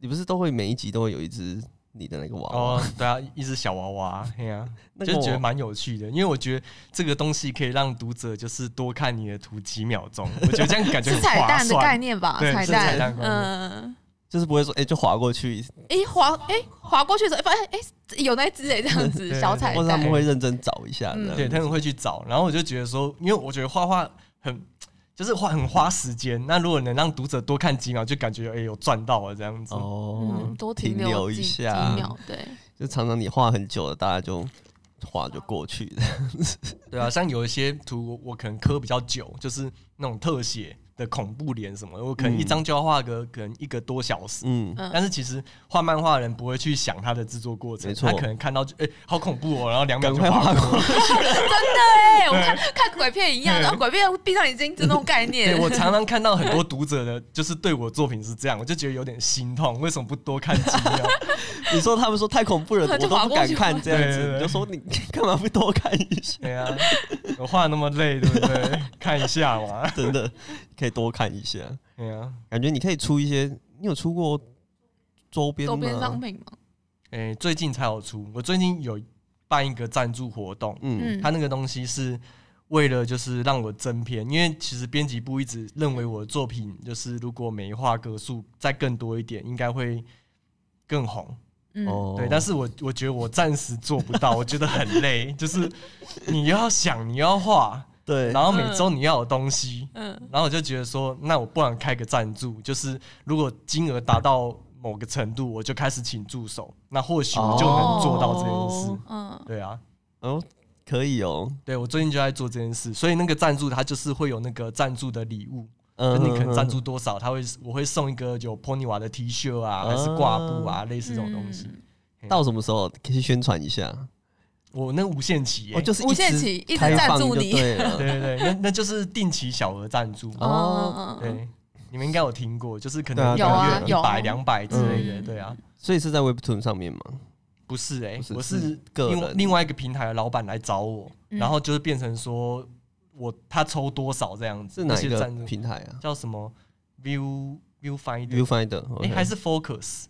Speaker 1: 你不是都会每一集都会有一只你的那个娃娃，
Speaker 3: 哦，对啊，一只小娃娃，嘿啊，
Speaker 1: 那个
Speaker 3: 就觉得
Speaker 1: 娃
Speaker 3: 蛮有趣的，因为我觉得这个东西可以让读者就是多看你的图几秒钟，我觉得这样感觉
Speaker 2: 是
Speaker 3: 很
Speaker 2: 彩
Speaker 3: 划
Speaker 2: 蛋的概
Speaker 3: 算。
Speaker 2: 念吧？
Speaker 3: 对
Speaker 2: 彩
Speaker 3: 是彩
Speaker 2: 蛋，
Speaker 3: 蛋观念
Speaker 2: 嗯，
Speaker 1: 就是不会说哎、就划过去，
Speaker 2: 诶，划诶，划过去的时候，哎发现诶有那只诶，这样
Speaker 3: 对
Speaker 2: 子
Speaker 3: 对
Speaker 2: 小
Speaker 3: 对
Speaker 2: 彩
Speaker 1: 或者他们
Speaker 2: 蛋，
Speaker 1: 会认真找一下
Speaker 2: 嗯
Speaker 1: 的。
Speaker 3: 对他们会去找，然后我就觉得说，因为我觉得画画很就是花很花时间，那如果能让读者多看几秒，就感觉哎、有赚到了这样子。
Speaker 1: 哦
Speaker 2: 嗯，，多
Speaker 1: 停
Speaker 2: 停
Speaker 1: 留一
Speaker 2: 几几
Speaker 1: 下
Speaker 2: 秒，对，
Speaker 1: 就常常你画很久了，大家就画就过去了。
Speaker 3: 对啊，像有一些图我我可能磕比较久，就是那种特写的恐怖脸什么的，我可能一张就要画个可能一个多小时。
Speaker 1: 嗯，
Speaker 2: 嗯
Speaker 3: 但是其实画漫画的人不会去想他的制作过程
Speaker 1: 没，错
Speaker 3: 他可能看到就哎、好恐怖哦，然后两秒
Speaker 1: 赶
Speaker 3: 就
Speaker 1: 快画
Speaker 3: 画过
Speaker 1: 过去。
Speaker 2: 对，我看看鬼片一样，
Speaker 3: 对
Speaker 2: 然后鬼片闭上眼睛就那种概念
Speaker 3: (laughs) 对，我常常看到很多读者的，就是对我作品是这样，我就觉得有点心痛，为什么不多看几
Speaker 1: (laughs)
Speaker 3: 秒？
Speaker 1: 你说他们说太恐怖了，我
Speaker 2: (laughs) 他就
Speaker 1: 都不
Speaker 2: 划过
Speaker 1: 敢
Speaker 2: 去
Speaker 1: 看
Speaker 2: 了
Speaker 1: 这样
Speaker 3: 对对
Speaker 1: 子，
Speaker 3: 对
Speaker 1: 你就说你 (laughs) 干嘛不多看一下？ (laughs)
Speaker 3: 对啊，我画那么累，对不对？看一下嘛。
Speaker 1: 真的可以多看一下，
Speaker 3: 对啊，
Speaker 1: 感觉你可以出一些，你有出过周边
Speaker 2: (laughs) 周边商
Speaker 1: 吗？
Speaker 2: 品嘛，
Speaker 3: 哎、最近才有出，我最近有办一个赞助活动，
Speaker 1: 嗯，
Speaker 2: 嗯
Speaker 3: 他，那个东西是为了就是让我增篇，因为其实编辑部一直认为我的作品就是如果美化格数再更多一点，应该会更红。
Speaker 2: 嗯，
Speaker 1: 哦
Speaker 3: 对，但是我我觉得我暂时做不到，我觉得很
Speaker 1: (laughs)
Speaker 3: 累，就是你要想，你要画，
Speaker 1: 对，
Speaker 3: 然后每周你要有东西，
Speaker 2: 嗯，
Speaker 3: 然后我就觉得说，那我不然开个赞助，就是如果金额达到某个程度，我就开始请助手，那或许我就能做到这件事。
Speaker 1: 哦
Speaker 2: 嗯，
Speaker 3: 对啊，
Speaker 1: 哦，可以哦，
Speaker 3: 对我最近就在做这件事，所以那个赞助它就是会有那个赞助的礼物，就
Speaker 1: 嗯，
Speaker 3: 你可能赞助多少，他会我会送一个有 pony 娃的 T 恤啊，还是挂布啊，类似这种东西。
Speaker 2: 嗯
Speaker 1: 到什么时候可以宣传一下？
Speaker 3: 我那无限期耶
Speaker 1: 哦，就是
Speaker 2: 无
Speaker 1: 一
Speaker 2: 限
Speaker 1: 直
Speaker 2: 期一直
Speaker 1: 开
Speaker 2: 赞
Speaker 1: 放
Speaker 2: 助
Speaker 1: 就
Speaker 2: 你
Speaker 1: 对了，
Speaker 3: 对对对，那那就是定期小额赞助。
Speaker 1: 哦
Speaker 2: 嗯，嗯嗯
Speaker 3: 对，你们应该有听过，就是可
Speaker 1: 对啊
Speaker 3: 能
Speaker 1: 有啊
Speaker 3: 一
Speaker 2: 有
Speaker 3: 百、两百之类的。
Speaker 2: 嗯
Speaker 3: 对啊，
Speaker 1: 所以是在 Webtoon 上面吗？
Speaker 3: 不是哎、
Speaker 1: 不是
Speaker 3: 我
Speaker 1: 是
Speaker 3: 是
Speaker 1: 个
Speaker 3: 另外
Speaker 1: 人
Speaker 3: 另外一个平台的老板来找我，
Speaker 2: 嗯
Speaker 3: 然后就是变成说我他抽多少这样子，
Speaker 1: 是哪
Speaker 3: 那
Speaker 1: 一
Speaker 3: 些
Speaker 1: 个
Speaker 3: 赞助
Speaker 1: 平台啊
Speaker 3: 叫什么 View View Finder？哎、
Speaker 1: ？Viewfinder，
Speaker 2: (laughs)
Speaker 3: 还是 Focus？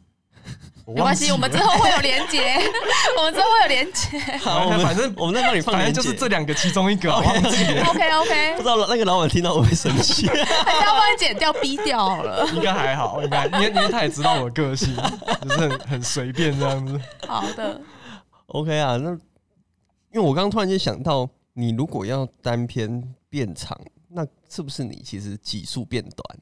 Speaker 3: 没
Speaker 2: 没关系，我们之后会有连接， (laughs) 我们之后会有连
Speaker 3: (laughs)
Speaker 2: 接。
Speaker 1: 好，我们
Speaker 3: 反正
Speaker 1: 我们在帮你放
Speaker 3: 反
Speaker 1: 链
Speaker 3: 正
Speaker 1: 接，
Speaker 3: 就是这两个其中一个，我
Speaker 1: OK
Speaker 3: 忘记了，
Speaker 2: OK
Speaker 1: 不
Speaker 2: OK，
Speaker 1: 知道那个老板听到会不会生气？啊
Speaker 2: 还是要帮你剪掉、逼掉好了。
Speaker 3: 应该还好，应该因为因为他也知道我个性， (laughs) 就是很很随便这样子。
Speaker 2: 好的，
Speaker 1: OK 啊，那因为我刚刚突然间想到，你如果要单篇变长，那是不是你其实集数变短？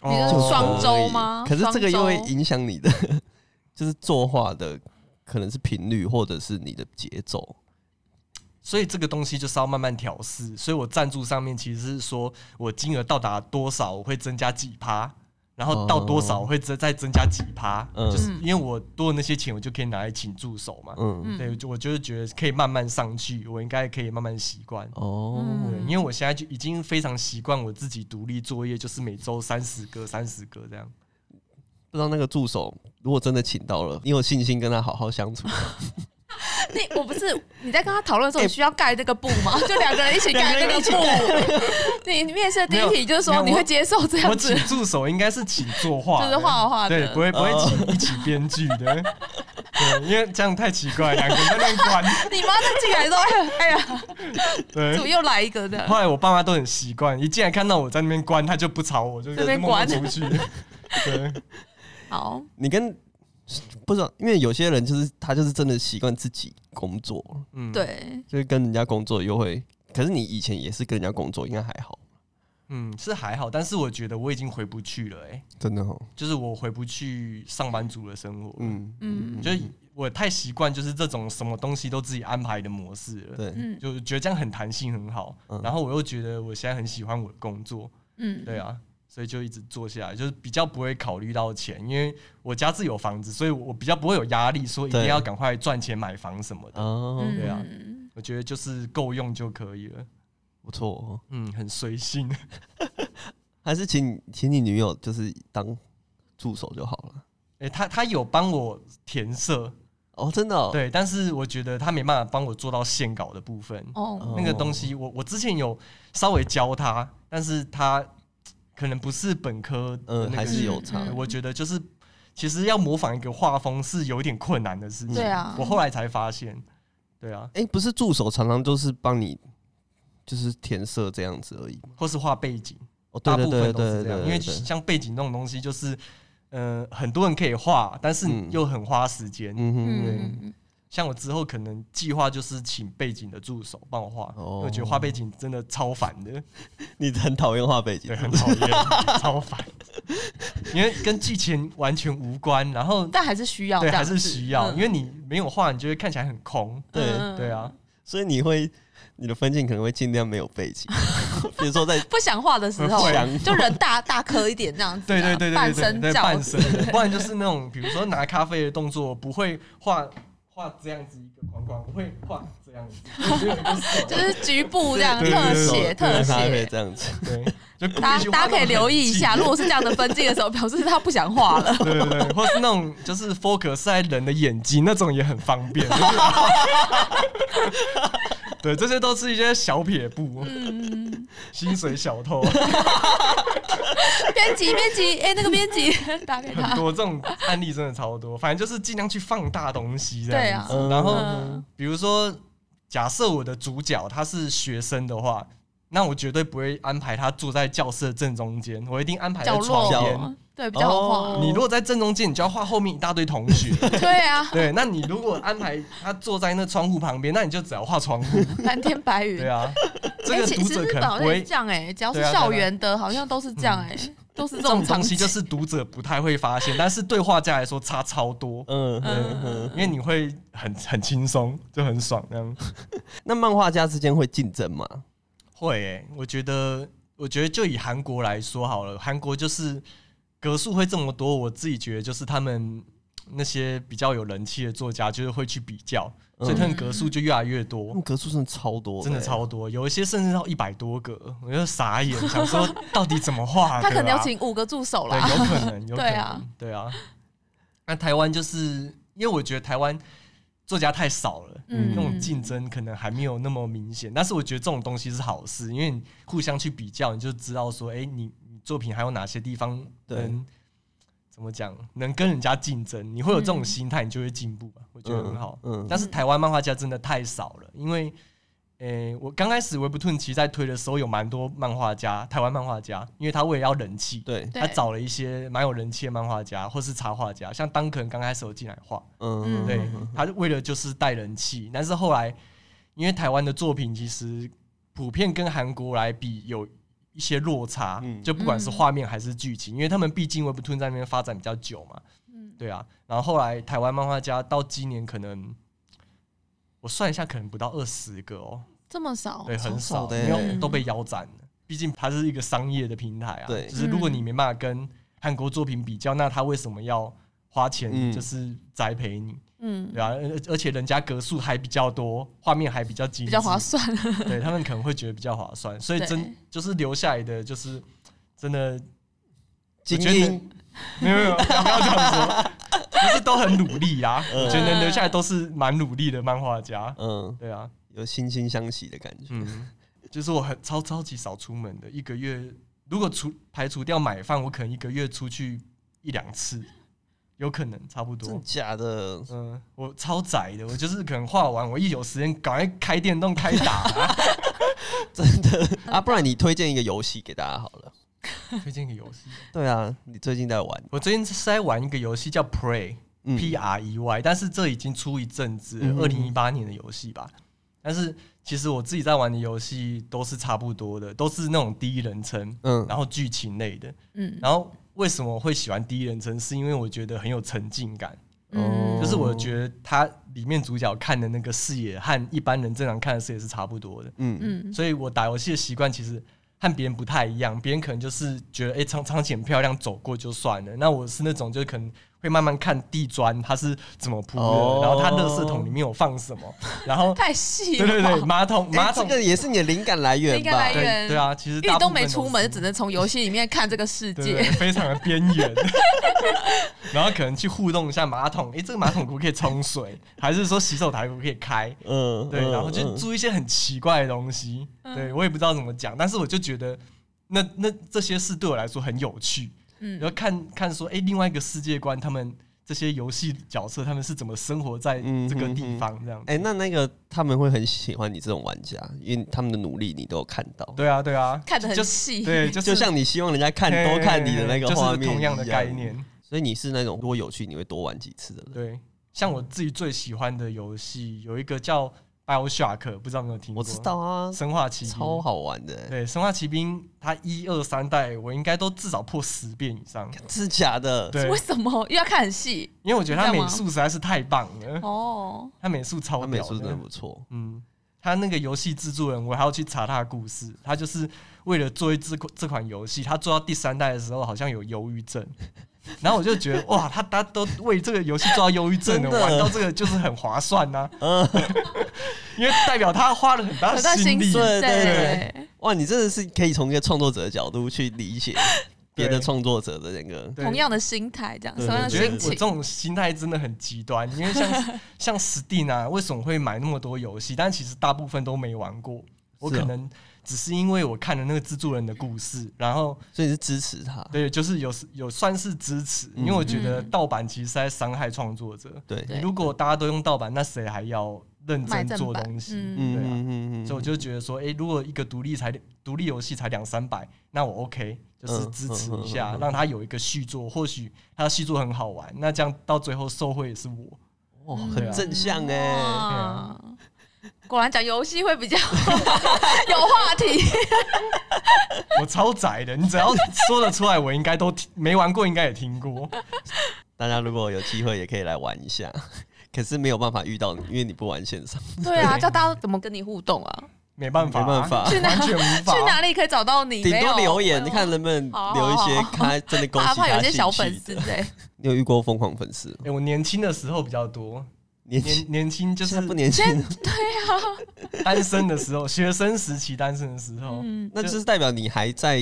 Speaker 3: 哦
Speaker 2: 你
Speaker 1: 就
Speaker 2: 是说
Speaker 1: 可以
Speaker 2: 双周吗
Speaker 1: 可是这个又会
Speaker 2: 双周
Speaker 1: 影响你的， (laughs) 就是作画的可能是频率或者是你的节奏。
Speaker 3: 所以这个东西就是要慢慢调试。所以我赞助上面其实是说我金额到达多少，我会增加几趴，然后到多少我会再再增加几趴，
Speaker 1: 嗯
Speaker 3: 就是因为我多的那些钱，我就可以拿来请助手嘛。
Speaker 1: 嗯，
Speaker 2: 嗯，
Speaker 3: 对，我就我就是觉得可以慢慢上去，我应该可以慢慢习惯。
Speaker 1: 哦，
Speaker 3: 对，
Speaker 2: 嗯，
Speaker 3: 因为我现在就已经非常习惯我自己独立作业，就是每周三十个、三十个这样。
Speaker 1: 不知道那个助手如果真的请到了，你有信心跟他好好相处？ (laughs)
Speaker 2: 你我不是你在跟他讨论的时候，
Speaker 1: 哎
Speaker 2: 你需要盖这个布
Speaker 3: (laughs)
Speaker 2: 吗？就两个人一起盖这个布。你面试的第一题就是说
Speaker 3: 没有
Speaker 2: 你会接受这
Speaker 3: 我
Speaker 2: 样
Speaker 3: 请
Speaker 2: 子，
Speaker 3: 助手应该是请作画
Speaker 2: 就
Speaker 3: 的，
Speaker 2: 是画画
Speaker 3: 对，
Speaker 2: 的
Speaker 3: 不。会不会
Speaker 1: 哦
Speaker 3: 请一起编剧
Speaker 2: (laughs)
Speaker 3: 的，对，因为这样太奇怪，两个人在那边
Speaker 2: (laughs)
Speaker 3: 关。
Speaker 2: 你妈在进来之后，哎呀，
Speaker 3: 对
Speaker 2: (laughs) 怎么，又来一个的？
Speaker 3: 后来我爸妈都很习惯，一进来看到我在那边关，他就不吵我，就
Speaker 2: (laughs) 这边
Speaker 3: 默默
Speaker 2: 关
Speaker 3: 出去。对，
Speaker 2: 好，
Speaker 1: 你跟不知道，因为有些人就是他就是真的习惯自己工作，
Speaker 3: 嗯，，
Speaker 2: 对，
Speaker 1: 就是跟人家工作又会。可是你以前也是跟人家工作，应该还好，
Speaker 3: 嗯，是还好，但是我觉得我已经回不去了、哎，
Speaker 1: 真的哦。
Speaker 3: 就是我回不去上班族的生活，嗯，
Speaker 1: 嗯
Speaker 2: 嗯
Speaker 3: 就是我太习惯就是这种什么东西都自己安排的模式了，
Speaker 1: 对，
Speaker 2: 嗯
Speaker 3: 就觉得这样很弹性很好，
Speaker 1: 嗯
Speaker 3: 然后我又觉得我现在很喜欢我的工作，
Speaker 2: 嗯，
Speaker 3: 对啊，所以就一直做下来，就是比较不会考虑到钱，因为我家自有房子，所以我比较不会有压力，说一定
Speaker 1: 对
Speaker 3: 要赶快赚钱买房什么的。
Speaker 1: 哦，
Speaker 2: 嗯，
Speaker 3: 对啊
Speaker 2: 嗯
Speaker 3: 我觉得就是够用就可以了，
Speaker 1: 不错哦。
Speaker 3: 嗯，很随性。 (laughs)
Speaker 1: 还是请请你女友就是当助手就好了。
Speaker 3: 诶，他他有帮我填色，
Speaker 1: 哦，真的、哦，，
Speaker 3: 对，但是我觉得他没办法帮我做到线稿的部分，
Speaker 2: 哦，
Speaker 1: 哦
Speaker 3: 那个东西我我之前有稍微教他，但是他可能不是本科的那
Speaker 1: 嗯，
Speaker 3: 个
Speaker 1: 还是有
Speaker 2: 嗯
Speaker 1: 差
Speaker 2: 嗯。
Speaker 3: 我觉得就是，其实要模仿一个画风是有一点困难的事情。
Speaker 2: 对啊
Speaker 3: 我后来才发现，对啊，
Speaker 1: 哎、不是助手常常就是帮你，就是填色这样子而已吗。
Speaker 3: 或是画背景，
Speaker 1: 哦，对
Speaker 3: 大
Speaker 1: 对
Speaker 3: 部分
Speaker 1: 对
Speaker 3: 都是
Speaker 1: 对
Speaker 3: 这样。
Speaker 1: 对，
Speaker 3: 因为
Speaker 1: 对
Speaker 3: 像背景那种东西，就是呃，很多人可以画，但是
Speaker 1: 嗯
Speaker 3: 又很花时间。
Speaker 1: 嗯哼
Speaker 2: 嗯
Speaker 1: 嗯哼，
Speaker 2: 嗯嗯
Speaker 3: 像我之后可能计划就是请背景的助手帮我画，
Speaker 1: 哦
Speaker 3: 因为我觉得画背景真的超烦的，
Speaker 1: 你很讨厌画背景
Speaker 3: 对，，很讨厌， (laughs) 超烦，因为跟剧情完全无关，然后
Speaker 2: 嗯但还是需要这
Speaker 3: 对
Speaker 2: 样
Speaker 3: 还
Speaker 2: 子，
Speaker 3: 是需要，
Speaker 2: 嗯
Speaker 3: 因为你没有画，你就会看起来很空。
Speaker 1: 对
Speaker 2: 嗯
Speaker 3: 对啊，
Speaker 1: 所以你会你的分镜可能会尽量没有背
Speaker 2: (laughs)
Speaker 1: 景，比如说在
Speaker 2: 不想画的时候
Speaker 3: 会
Speaker 1: 啊，
Speaker 2: 就人大大颗一点这样子啊，
Speaker 3: 对对对对
Speaker 2: 半
Speaker 3: 对对
Speaker 2: 身
Speaker 3: 对，
Speaker 2: 罩
Speaker 3: 半
Speaker 2: 子 (laughs)
Speaker 3: 身，的，不然就是那种比如说拿咖啡的动作，不会画画这样子一个框框，我会画这样子，我觉得
Speaker 2: (laughs)
Speaker 3: 很不爽
Speaker 2: 就是局部这样
Speaker 3: 对对
Speaker 2: 特
Speaker 3: 对
Speaker 2: 写
Speaker 1: 对
Speaker 2: 特
Speaker 1: 咖啡
Speaker 2: 写。
Speaker 1: 这样子。
Speaker 3: 对，就故
Speaker 2: 大
Speaker 3: 意去
Speaker 2: 家大
Speaker 3: 画那
Speaker 2: 家
Speaker 3: 种
Speaker 2: 可以
Speaker 3: 很
Speaker 2: 留意一
Speaker 3: 近
Speaker 2: 下，如果是这样的分镜的时候，表示他不想画
Speaker 3: (laughs)
Speaker 2: 了。
Speaker 3: 对对对，或是那种就是 focus 在人的眼睛那种也很方
Speaker 2: (laughs)
Speaker 3: 便。对，这些都是一些小撇步，
Speaker 2: 嗯，
Speaker 3: 薪水
Speaker 2: (laughs)
Speaker 3: 小偷，
Speaker 2: 编辑编辑，哎，那个编辑打给
Speaker 3: (laughs) 很
Speaker 2: 他，
Speaker 3: 多这种案例真的超多。反正就是尽量去放大东西这
Speaker 2: 对
Speaker 3: 样
Speaker 2: 啊
Speaker 3: 子。然后
Speaker 2: 嗯
Speaker 3: 比如说，假设我的主角他是学生的话，那我绝对不会安排他坐在教室的正中间，我一定安排在
Speaker 2: 角
Speaker 3: 床边。
Speaker 2: 落，对，比较好画
Speaker 1: 哦。
Speaker 3: 嗯你如果在正中间，你就要画后面一大堆同
Speaker 2: (laughs)
Speaker 3: 学。
Speaker 2: 对啊，
Speaker 3: 对，那你如果安排他坐在那窗户旁边，那你就只要画窗
Speaker 2: (laughs)
Speaker 3: 户。
Speaker 2: 蓝天白云
Speaker 3: 对。啊，这
Speaker 2: 哎
Speaker 3: 个
Speaker 2: 其
Speaker 3: 读
Speaker 2: 其实
Speaker 3: 者
Speaker 2: 日
Speaker 3: 可
Speaker 2: 本
Speaker 3: 能
Speaker 2: 好
Speaker 3: 不
Speaker 2: 像也这。样哎，
Speaker 3: 会
Speaker 2: 只要是
Speaker 3: 对啊对啊嗯
Speaker 2: 校园的，好像都是这样哎，都是
Speaker 3: 这
Speaker 2: 这
Speaker 3: 种
Speaker 2: 种
Speaker 3: 东
Speaker 2: 场
Speaker 3: 西
Speaker 2: 景。
Speaker 3: 就是读者不太会发现，但是对画家来说差超多，
Speaker 1: 嗯，
Speaker 2: 嗯
Speaker 1: 嗯
Speaker 3: 因为你会很很轻松，就很爽这样。
Speaker 1: 那漫画家之间会竞争吗？
Speaker 3: 会诶、我觉得，我觉得就以韩国来说好了，韩国就是格数会这么多，我自己觉得就是他们那些比较有人气的作家，就是会去比较，所以他们格数就越来越多。
Speaker 1: 他们格数真的欸超多，
Speaker 3: 真的。超多，有一些甚至到一百多个，我就傻眼，想说到底怎么画的
Speaker 2: (laughs) 他
Speaker 3: 啊、
Speaker 2: 可能要请五个助手啦。
Speaker 3: 对，有可能，有可
Speaker 2: 对
Speaker 3: 能，
Speaker 2: 啊
Speaker 3: 对啊。那台湾就是因为我觉得台湾作家太少了，
Speaker 2: 嗯
Speaker 3: 那种竞争可能还没有那么明显。但是我觉得这种东西是好事，因为你互相去比较，你就知道说，哎、你你作品还有哪些地方
Speaker 1: 对
Speaker 3: 能怎么讲，能跟人家竞争，你会有这种
Speaker 2: 嗯
Speaker 3: 心态，你就会进步吧。我觉得很好。
Speaker 1: 嗯，
Speaker 3: 但是台湾漫画家真的太少了，因为，诶、我刚开始 Webtoon 其实在推的时候有蛮多漫画家，台湾漫画家，因为他为了要人气，
Speaker 1: 对，
Speaker 2: 对
Speaker 3: 他找了一些蛮有人气的漫画家或是插画家，像当可能刚开始有进来画，
Speaker 1: 嗯，
Speaker 3: 对，他为了就是带人气，但是后来因为台湾的作品其实普遍跟韩国来比有一些落差，
Speaker 1: 嗯
Speaker 3: 就不管是画面还是剧情，因为他们毕竟 Webtoon 在那边发展比较久嘛，
Speaker 2: 嗯
Speaker 3: 对啊，然后后来台湾漫画家到今年可能。我算一下，可能不到二十个哦，
Speaker 2: 这么少，
Speaker 3: 对，很
Speaker 1: 少
Speaker 3: 少，
Speaker 1: 的
Speaker 3: 因为
Speaker 2: 耶
Speaker 3: 都被腰斩了。毕竟它是一个商业的平台啊，
Speaker 1: 对
Speaker 3: 就是如果你没办法跟韩国作品比较，那他为什么要花钱
Speaker 1: 嗯
Speaker 3: 就是栽培你，
Speaker 2: 嗯，
Speaker 3: 对啊，而而且人家格数还比较多，画面还比较精致，
Speaker 2: 比较划算。
Speaker 3: (laughs) 对他们可能会觉得比较划算，所以
Speaker 2: 对
Speaker 3: 真就是留下来的就是真的
Speaker 1: 精
Speaker 3: 我觉得
Speaker 1: 英，
Speaker 3: 没 (laughs) 有没有，不要这样说， (laughs) 就是都很努力啊，
Speaker 1: 嗯
Speaker 3: 我觉得能留下来都是蛮努力的漫画家，
Speaker 1: 嗯，
Speaker 3: 对啊，
Speaker 1: 有惺惺相惜的感觉。
Speaker 3: 嗯， (laughs) 就是我很超超级少出门的，一个月如果除排除掉买饭，我可能一个月出去一两次，有可能差不
Speaker 1: 真
Speaker 3: 多
Speaker 1: 的。假的？ (laughs)
Speaker 3: 嗯，我超宅的，我就是可能画完，我一有时间赶快开电动开打、啊。
Speaker 1: 啊，不然你推荐一个游戏给大家好了。
Speaker 3: (laughs) 推荐个游戏，
Speaker 1: 对啊，你最近在玩
Speaker 3: 我最近是在玩一个游戏叫 Prey，
Speaker 1: 嗯
Speaker 3: PR 以外，但是这已经出一阵子，
Speaker 1: 嗯
Speaker 3: 二零一八年的游戏吧。但是其实我自己在玩的游戏都是差不多的，都是那种第一人称，
Speaker 1: 嗯
Speaker 3: 然后剧情类的。
Speaker 2: 嗯
Speaker 3: 然后为什么会喜欢第一人称？是因为我觉得很有沉浸感，
Speaker 1: 哦
Speaker 3: 就是我觉得它里面主角看的那个视野和一般人正常看的视野是差不多的。
Speaker 1: 嗯
Speaker 2: 嗯
Speaker 3: 所以我打游戏的习惯其实和别人不太一样，别人可能就是觉得哎、诶场场景很漂亮，走过就算了。那我是那种就可能会慢慢看地砖它是怎么铺的，
Speaker 1: 哦
Speaker 3: 然后它垃圾桶里面有放什么，然后
Speaker 2: 嗯太细
Speaker 3: 对
Speaker 2: 了吧，
Speaker 3: 对对，马桶
Speaker 2: 哎
Speaker 1: 马
Speaker 3: 马
Speaker 1: 啊这
Speaker 3: 桶。
Speaker 1: 个也是你的灵感来源
Speaker 2: 灵感
Speaker 1: 吧
Speaker 2: 来？源
Speaker 3: 对对啊，其实
Speaker 2: 因为
Speaker 3: 大
Speaker 2: 你
Speaker 3: 部
Speaker 2: 都
Speaker 3: 分
Speaker 2: 没出门，只
Speaker 3: 是
Speaker 2: 能从游戏里面看这个世
Speaker 3: 对对
Speaker 2: 界。
Speaker 3: 非常的边缘。 (laughs) 然后可能去互动一下马桶，哎、这个马桶壶可以冲水，还是说洗手台壶可以开？
Speaker 1: 嗯，
Speaker 3: 对，
Speaker 1: 嗯
Speaker 3: 然后就
Speaker 1: 嗯
Speaker 3: 做一些很奇怪的东西，对我也不知道怎么讲，但是我就觉得那那这些事对我来说很有趣，
Speaker 2: 嗯
Speaker 3: 然后看看说，哎、另外一个世界观，他们这些游戏角色他们是怎么生活在
Speaker 1: 嗯
Speaker 3: 这个
Speaker 1: 哼
Speaker 3: 地
Speaker 1: 哼
Speaker 3: 方这样子。
Speaker 1: 哎、那那个他们会很喜欢你这种玩家，因为他们的努力你都有看到，
Speaker 3: 对啊，对啊，
Speaker 2: 看得很
Speaker 3: 就
Speaker 2: 细
Speaker 3: 对，就是
Speaker 1: 就像你希望人家看
Speaker 3: 嘿
Speaker 1: 多看你的那个
Speaker 3: (laughs) 就是
Speaker 1: 画面
Speaker 3: 同样的
Speaker 1: 一样
Speaker 3: 概。念。
Speaker 1: 所以你是那种如果有趣你会多玩几次的人。
Speaker 3: 对，像我自己最喜欢的游戏有一个叫《BioShock》，不知道有没有听
Speaker 1: 我
Speaker 3: 过？
Speaker 1: 知道啊，
Speaker 3: 生化奇兵》
Speaker 1: 超好玩的、欸，
Speaker 3: 对，《生化奇兵》它一二三代，我应该都至少破十遍以上。
Speaker 1: 是假的。
Speaker 3: 对
Speaker 2: 为，什么又要看很细？
Speaker 3: 因为我觉得它
Speaker 2: 你知
Speaker 3: 美
Speaker 2: 道吗
Speaker 3: 术实在是太棒了，
Speaker 2: 哦，
Speaker 3: 它美术超
Speaker 1: 他美
Speaker 3: 屌
Speaker 1: 术真的
Speaker 3: 的。
Speaker 1: 不错，
Speaker 3: 嗯，他那个游戏制作人，我还要去查他的故事，他就是为了做一这这款游戏，他做到第三代的时候好像有忧郁症，然后我就觉得哇，他他都为这个游戏做到忧郁症
Speaker 1: 真
Speaker 3: 了，
Speaker 1: 的
Speaker 3: 玩到这个就是很划算呐、
Speaker 1: 嗯，
Speaker 3: (laughs) 因为代表他花了很大
Speaker 2: 有在
Speaker 3: 的心力
Speaker 2: 思。
Speaker 1: 对
Speaker 2: 对
Speaker 1: 对哇，你真的是可以从一个创作者的角度去理解别的
Speaker 3: 对
Speaker 1: 创作者的那个，
Speaker 3: 对
Speaker 2: 同样的心态，这样
Speaker 1: 对
Speaker 2: 同样
Speaker 3: 我
Speaker 2: 的
Speaker 3: 觉得
Speaker 2: 心
Speaker 3: 我这
Speaker 2: 情，
Speaker 3: 种心态真的很极端，因
Speaker 2: (laughs)
Speaker 3: 为像像 Steam 啊，为什么会买那么多游戏？但其实大部分都没玩过。我
Speaker 1: 是哦
Speaker 3: 可能只是因为我看了那个制作人的故事，然后
Speaker 1: 所以你是支持
Speaker 2: 啊
Speaker 1: 他。
Speaker 3: 对，就是有时有算是支持，因为我觉得盗版其实是在伤害创作者。
Speaker 1: 对，
Speaker 2: 嗯对
Speaker 3: 如果大家都用盗版，那谁还要认
Speaker 2: 卖
Speaker 3: 真
Speaker 2: 正
Speaker 3: 做
Speaker 2: 版
Speaker 3: 东西？
Speaker 2: 嗯
Speaker 1: 嗯
Speaker 3: 对啊。
Speaker 1: 嗯嗯嗯，
Speaker 3: 所以我就觉得说，诶，如果一个独立才独立游戏才两三百，那我 OK，就是
Speaker 1: 嗯
Speaker 3: 支持一
Speaker 1: 嗯
Speaker 3: 下，
Speaker 1: 嗯嗯嗯
Speaker 3: 让他有一个续作，或许他的续作很好玩，那这样到最后受贿也是我。
Speaker 1: 哇，
Speaker 3: 对
Speaker 1: 很
Speaker 3: 啊
Speaker 1: 正向哎、
Speaker 2: 哇嗯
Speaker 3: 欸
Speaker 2: (laughs) 果然讲游戏会比较 (laughs) 有话题，
Speaker 3: 我超宅的，你只要说得出来，我应该都听没玩过，应该也听过。
Speaker 1: 大家如果有机会也可以来玩一下， (laughs) 可是没有办法遇到你，因为你不玩线上。
Speaker 2: (laughs) 对啊，叫大家怎么跟你互动啊？
Speaker 3: 没办法啊、
Speaker 1: 没办法去
Speaker 2: 哪
Speaker 3: 完全无法。啊
Speaker 2: 去哪里可以找到你？
Speaker 1: 顶
Speaker 2: 没
Speaker 1: 多
Speaker 2: 有
Speaker 1: 留言，你看能不能留一些
Speaker 2: 好好好
Speaker 1: 他真的恭喜
Speaker 2: 怕
Speaker 1: 他
Speaker 2: 怕有一些小
Speaker 1: 兴
Speaker 2: 粉
Speaker 1: 趣
Speaker 2: 丝
Speaker 1: 的。
Speaker 3: (laughs)
Speaker 2: 对，
Speaker 1: 你有遇过疯狂粉丝吗？
Speaker 3: 诶我年轻的时候比较多，
Speaker 1: 年轻
Speaker 3: 年年轻就
Speaker 1: 现
Speaker 3: 是
Speaker 1: 在不年轻 (laughs) 了，
Speaker 2: 啊
Speaker 3: 单身的时候，学生时期单身的时候，
Speaker 2: 嗯，
Speaker 1: 那就是代表你还在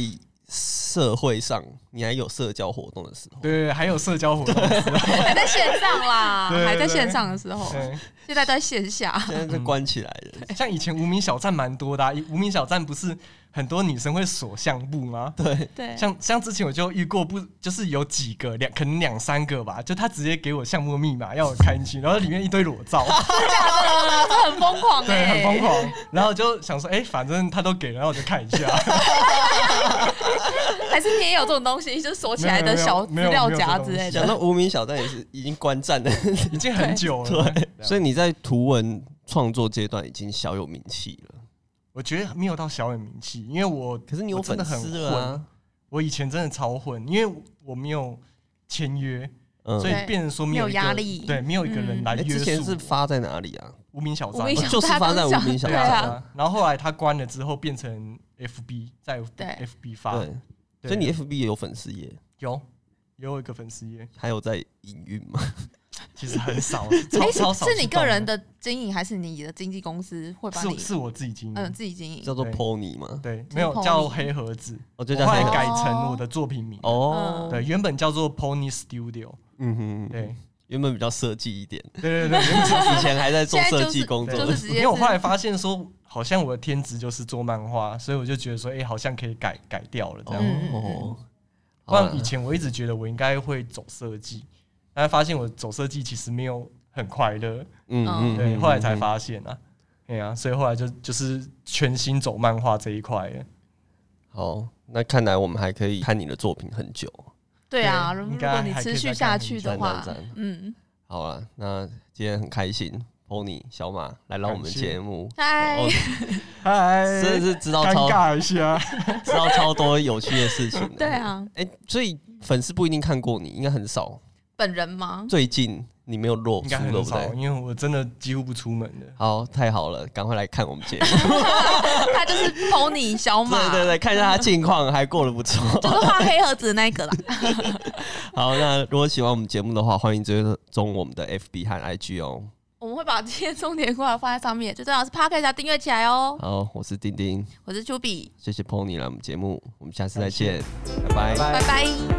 Speaker 1: 社会上，你还有社交活动的时候。
Speaker 3: 对，还有社交活动的
Speaker 2: (laughs)
Speaker 3: 时候，
Speaker 2: 还在线上啦，
Speaker 3: 对对
Speaker 2: 还在
Speaker 3: 对
Speaker 2: 线上的时候，
Speaker 3: 对，
Speaker 2: 现在在线下，
Speaker 1: 现在是关起来了，
Speaker 3: (laughs) 像以前无名小站蛮多的、啊，无名小站不是很多女生会锁相簿吗？
Speaker 1: 对，
Speaker 2: 对，
Speaker 3: 像像之前我就遇过不，就是有几个两可能两三个吧，就他直接给我项目密码要我开进去，然后里面一堆裸
Speaker 1: (laughs)
Speaker 3: 照，
Speaker 2: 啊这很疯狂
Speaker 3: 对，
Speaker 2: 哎，
Speaker 3: 很疯狂。然后就想说，哎、反正他都给了，然后我就看一
Speaker 1: (laughs)
Speaker 3: 下。
Speaker 2: 还是你也有这种东西，就是锁起来的小资
Speaker 3: 没有没
Speaker 2: 料
Speaker 3: 有没有
Speaker 2: 夹之类
Speaker 1: 讲
Speaker 2: 的。
Speaker 1: 到无名小站也是 (laughs) 已经观战了，
Speaker 3: 已经很久了，
Speaker 1: 对，
Speaker 3: 对
Speaker 1: 所以你在图文创作阶段已经小有名气了，
Speaker 3: 我觉得没有到小有名气，因为我
Speaker 1: 可是你有
Speaker 3: 我真
Speaker 1: 粉
Speaker 3: 的很
Speaker 1: 丝了啊，
Speaker 3: 我以前真的超混，因为我没有签约，
Speaker 1: 嗯
Speaker 3: 所以
Speaker 2: 对
Speaker 3: 变成说没有一个
Speaker 2: 没有压力
Speaker 3: 对，没有一个人
Speaker 2: 嗯
Speaker 3: 来
Speaker 1: 哎
Speaker 3: 约
Speaker 1: 之前是
Speaker 3: 束我。
Speaker 1: 发在哪里啊？
Speaker 3: 无名小
Speaker 2: 无
Speaker 3: 站
Speaker 2: 名
Speaker 3: 嘛，
Speaker 2: 小
Speaker 1: 就是
Speaker 2: 站
Speaker 1: 发在
Speaker 2: 刚
Speaker 1: 无名小
Speaker 3: 对
Speaker 2: 对
Speaker 1: 站
Speaker 3: 啊，
Speaker 2: 啊
Speaker 3: 对啊然后后来他关了之后变成 FB，在
Speaker 2: 对
Speaker 3: FB 发，
Speaker 1: 对，
Speaker 3: 对
Speaker 1: 所以你 FB 也有粉丝页，
Speaker 3: 有有一个粉丝
Speaker 2: (laughs)
Speaker 3: 页，
Speaker 1: 还有在营运
Speaker 3: (laughs)
Speaker 1: 吗？
Speaker 3: 其实很少，
Speaker 2: 哎
Speaker 3: 超
Speaker 2: 是
Speaker 3: 超少。
Speaker 2: 是你个人，的经营，还是你的经纪公司会帮
Speaker 3: 是
Speaker 2: 你？
Speaker 3: 是我自己经
Speaker 2: 嗯，
Speaker 3: 营，
Speaker 2: 自己经营。
Speaker 1: 叫做
Speaker 3: 对
Speaker 1: Pony 吗？
Speaker 3: 对，
Speaker 2: 是
Speaker 3: 没有
Speaker 2: Pony
Speaker 3: 叫黑盒子，
Speaker 1: 哦，就
Speaker 3: 我
Speaker 1: 叫
Speaker 3: 后来
Speaker 1: 黑盒
Speaker 3: 改成我的作品名。
Speaker 2: 嗯
Speaker 1: 哦，
Speaker 3: 对，原本叫做 Pony Studio，
Speaker 1: 嗯哼， (laughs)
Speaker 3: 对
Speaker 1: 原本比较设计一点，
Speaker 3: 对对对，原本叫
Speaker 1: 以前还在做
Speaker 2: (laughs) 现在就
Speaker 1: 设
Speaker 2: 是
Speaker 1: 计 (laughs) 工作
Speaker 2: 就
Speaker 1: 的
Speaker 2: 是，直接
Speaker 3: 因为我后来发现说，好像我的天职就是做漫画，所以我就觉得说，哎、好像可以改改掉了这样。
Speaker 2: 嗯嗯
Speaker 1: 哦，
Speaker 3: 不然以
Speaker 1: 好啦
Speaker 3: 前我一直觉得我应该会走设计，但发现我走设计其实没有很快乐，
Speaker 1: 嗯嗯，
Speaker 3: 对，
Speaker 1: 嗯
Speaker 3: 后来才，
Speaker 1: 嗯
Speaker 3: 发现啊，对啊，所以后来就就是全心走漫画这一块了。
Speaker 1: 好，那看来我们还可以看你的作品很久，
Speaker 2: 对啊，
Speaker 3: 对
Speaker 2: 如
Speaker 3: 应
Speaker 2: 如
Speaker 3: 该
Speaker 2: 果你
Speaker 3: 还可以
Speaker 2: 持续
Speaker 3: 再
Speaker 2: 下
Speaker 3: 看
Speaker 2: 去
Speaker 3: 一
Speaker 2: 的
Speaker 1: 下
Speaker 2: 话
Speaker 1: 赞赞赞，
Speaker 2: 嗯，
Speaker 1: 好了，那今天很开心，Pony 小马来到我们
Speaker 3: 感谢
Speaker 1: 节目，
Speaker 2: 嗨，
Speaker 1: 哦
Speaker 3: 嗨，
Speaker 1: 真的是知道
Speaker 3: 尴
Speaker 1: 超
Speaker 3: 尬一下，
Speaker 1: 知道超多有趣的事情的。
Speaker 2: (laughs) 对，啊，
Speaker 1: 哎、所以粉丝不一定看过你，应该很少。
Speaker 2: 本人吗？
Speaker 1: 最近你没有露
Speaker 3: 应
Speaker 1: 出，
Speaker 3: 该
Speaker 1: 对
Speaker 3: 很
Speaker 1: 不
Speaker 3: 少，
Speaker 1: 对？
Speaker 3: 因为我真的几乎不出门的。
Speaker 1: 好，太好了，赶快来看我们节目。
Speaker 3: (laughs)
Speaker 2: 他就是 pony 小马，
Speaker 1: 对对对，看一下他近况，还过得不错。 (laughs)
Speaker 2: 就是画黑盒子的那一个啦。 (laughs)
Speaker 1: 好，那如果喜欢我们节目的话，欢迎追踪我们的 FB 和 IG 哦。
Speaker 2: 我们会把这些重点过来放在上面，最重要是 p o d c a s 要订阅起来哦。
Speaker 1: 好，我是丁丁，
Speaker 2: 我是丘比，
Speaker 1: 谢谢 Pony 来我们节目，我们下次再
Speaker 3: 感谢
Speaker 1: 见，拜拜
Speaker 3: 拜
Speaker 2: 拜拜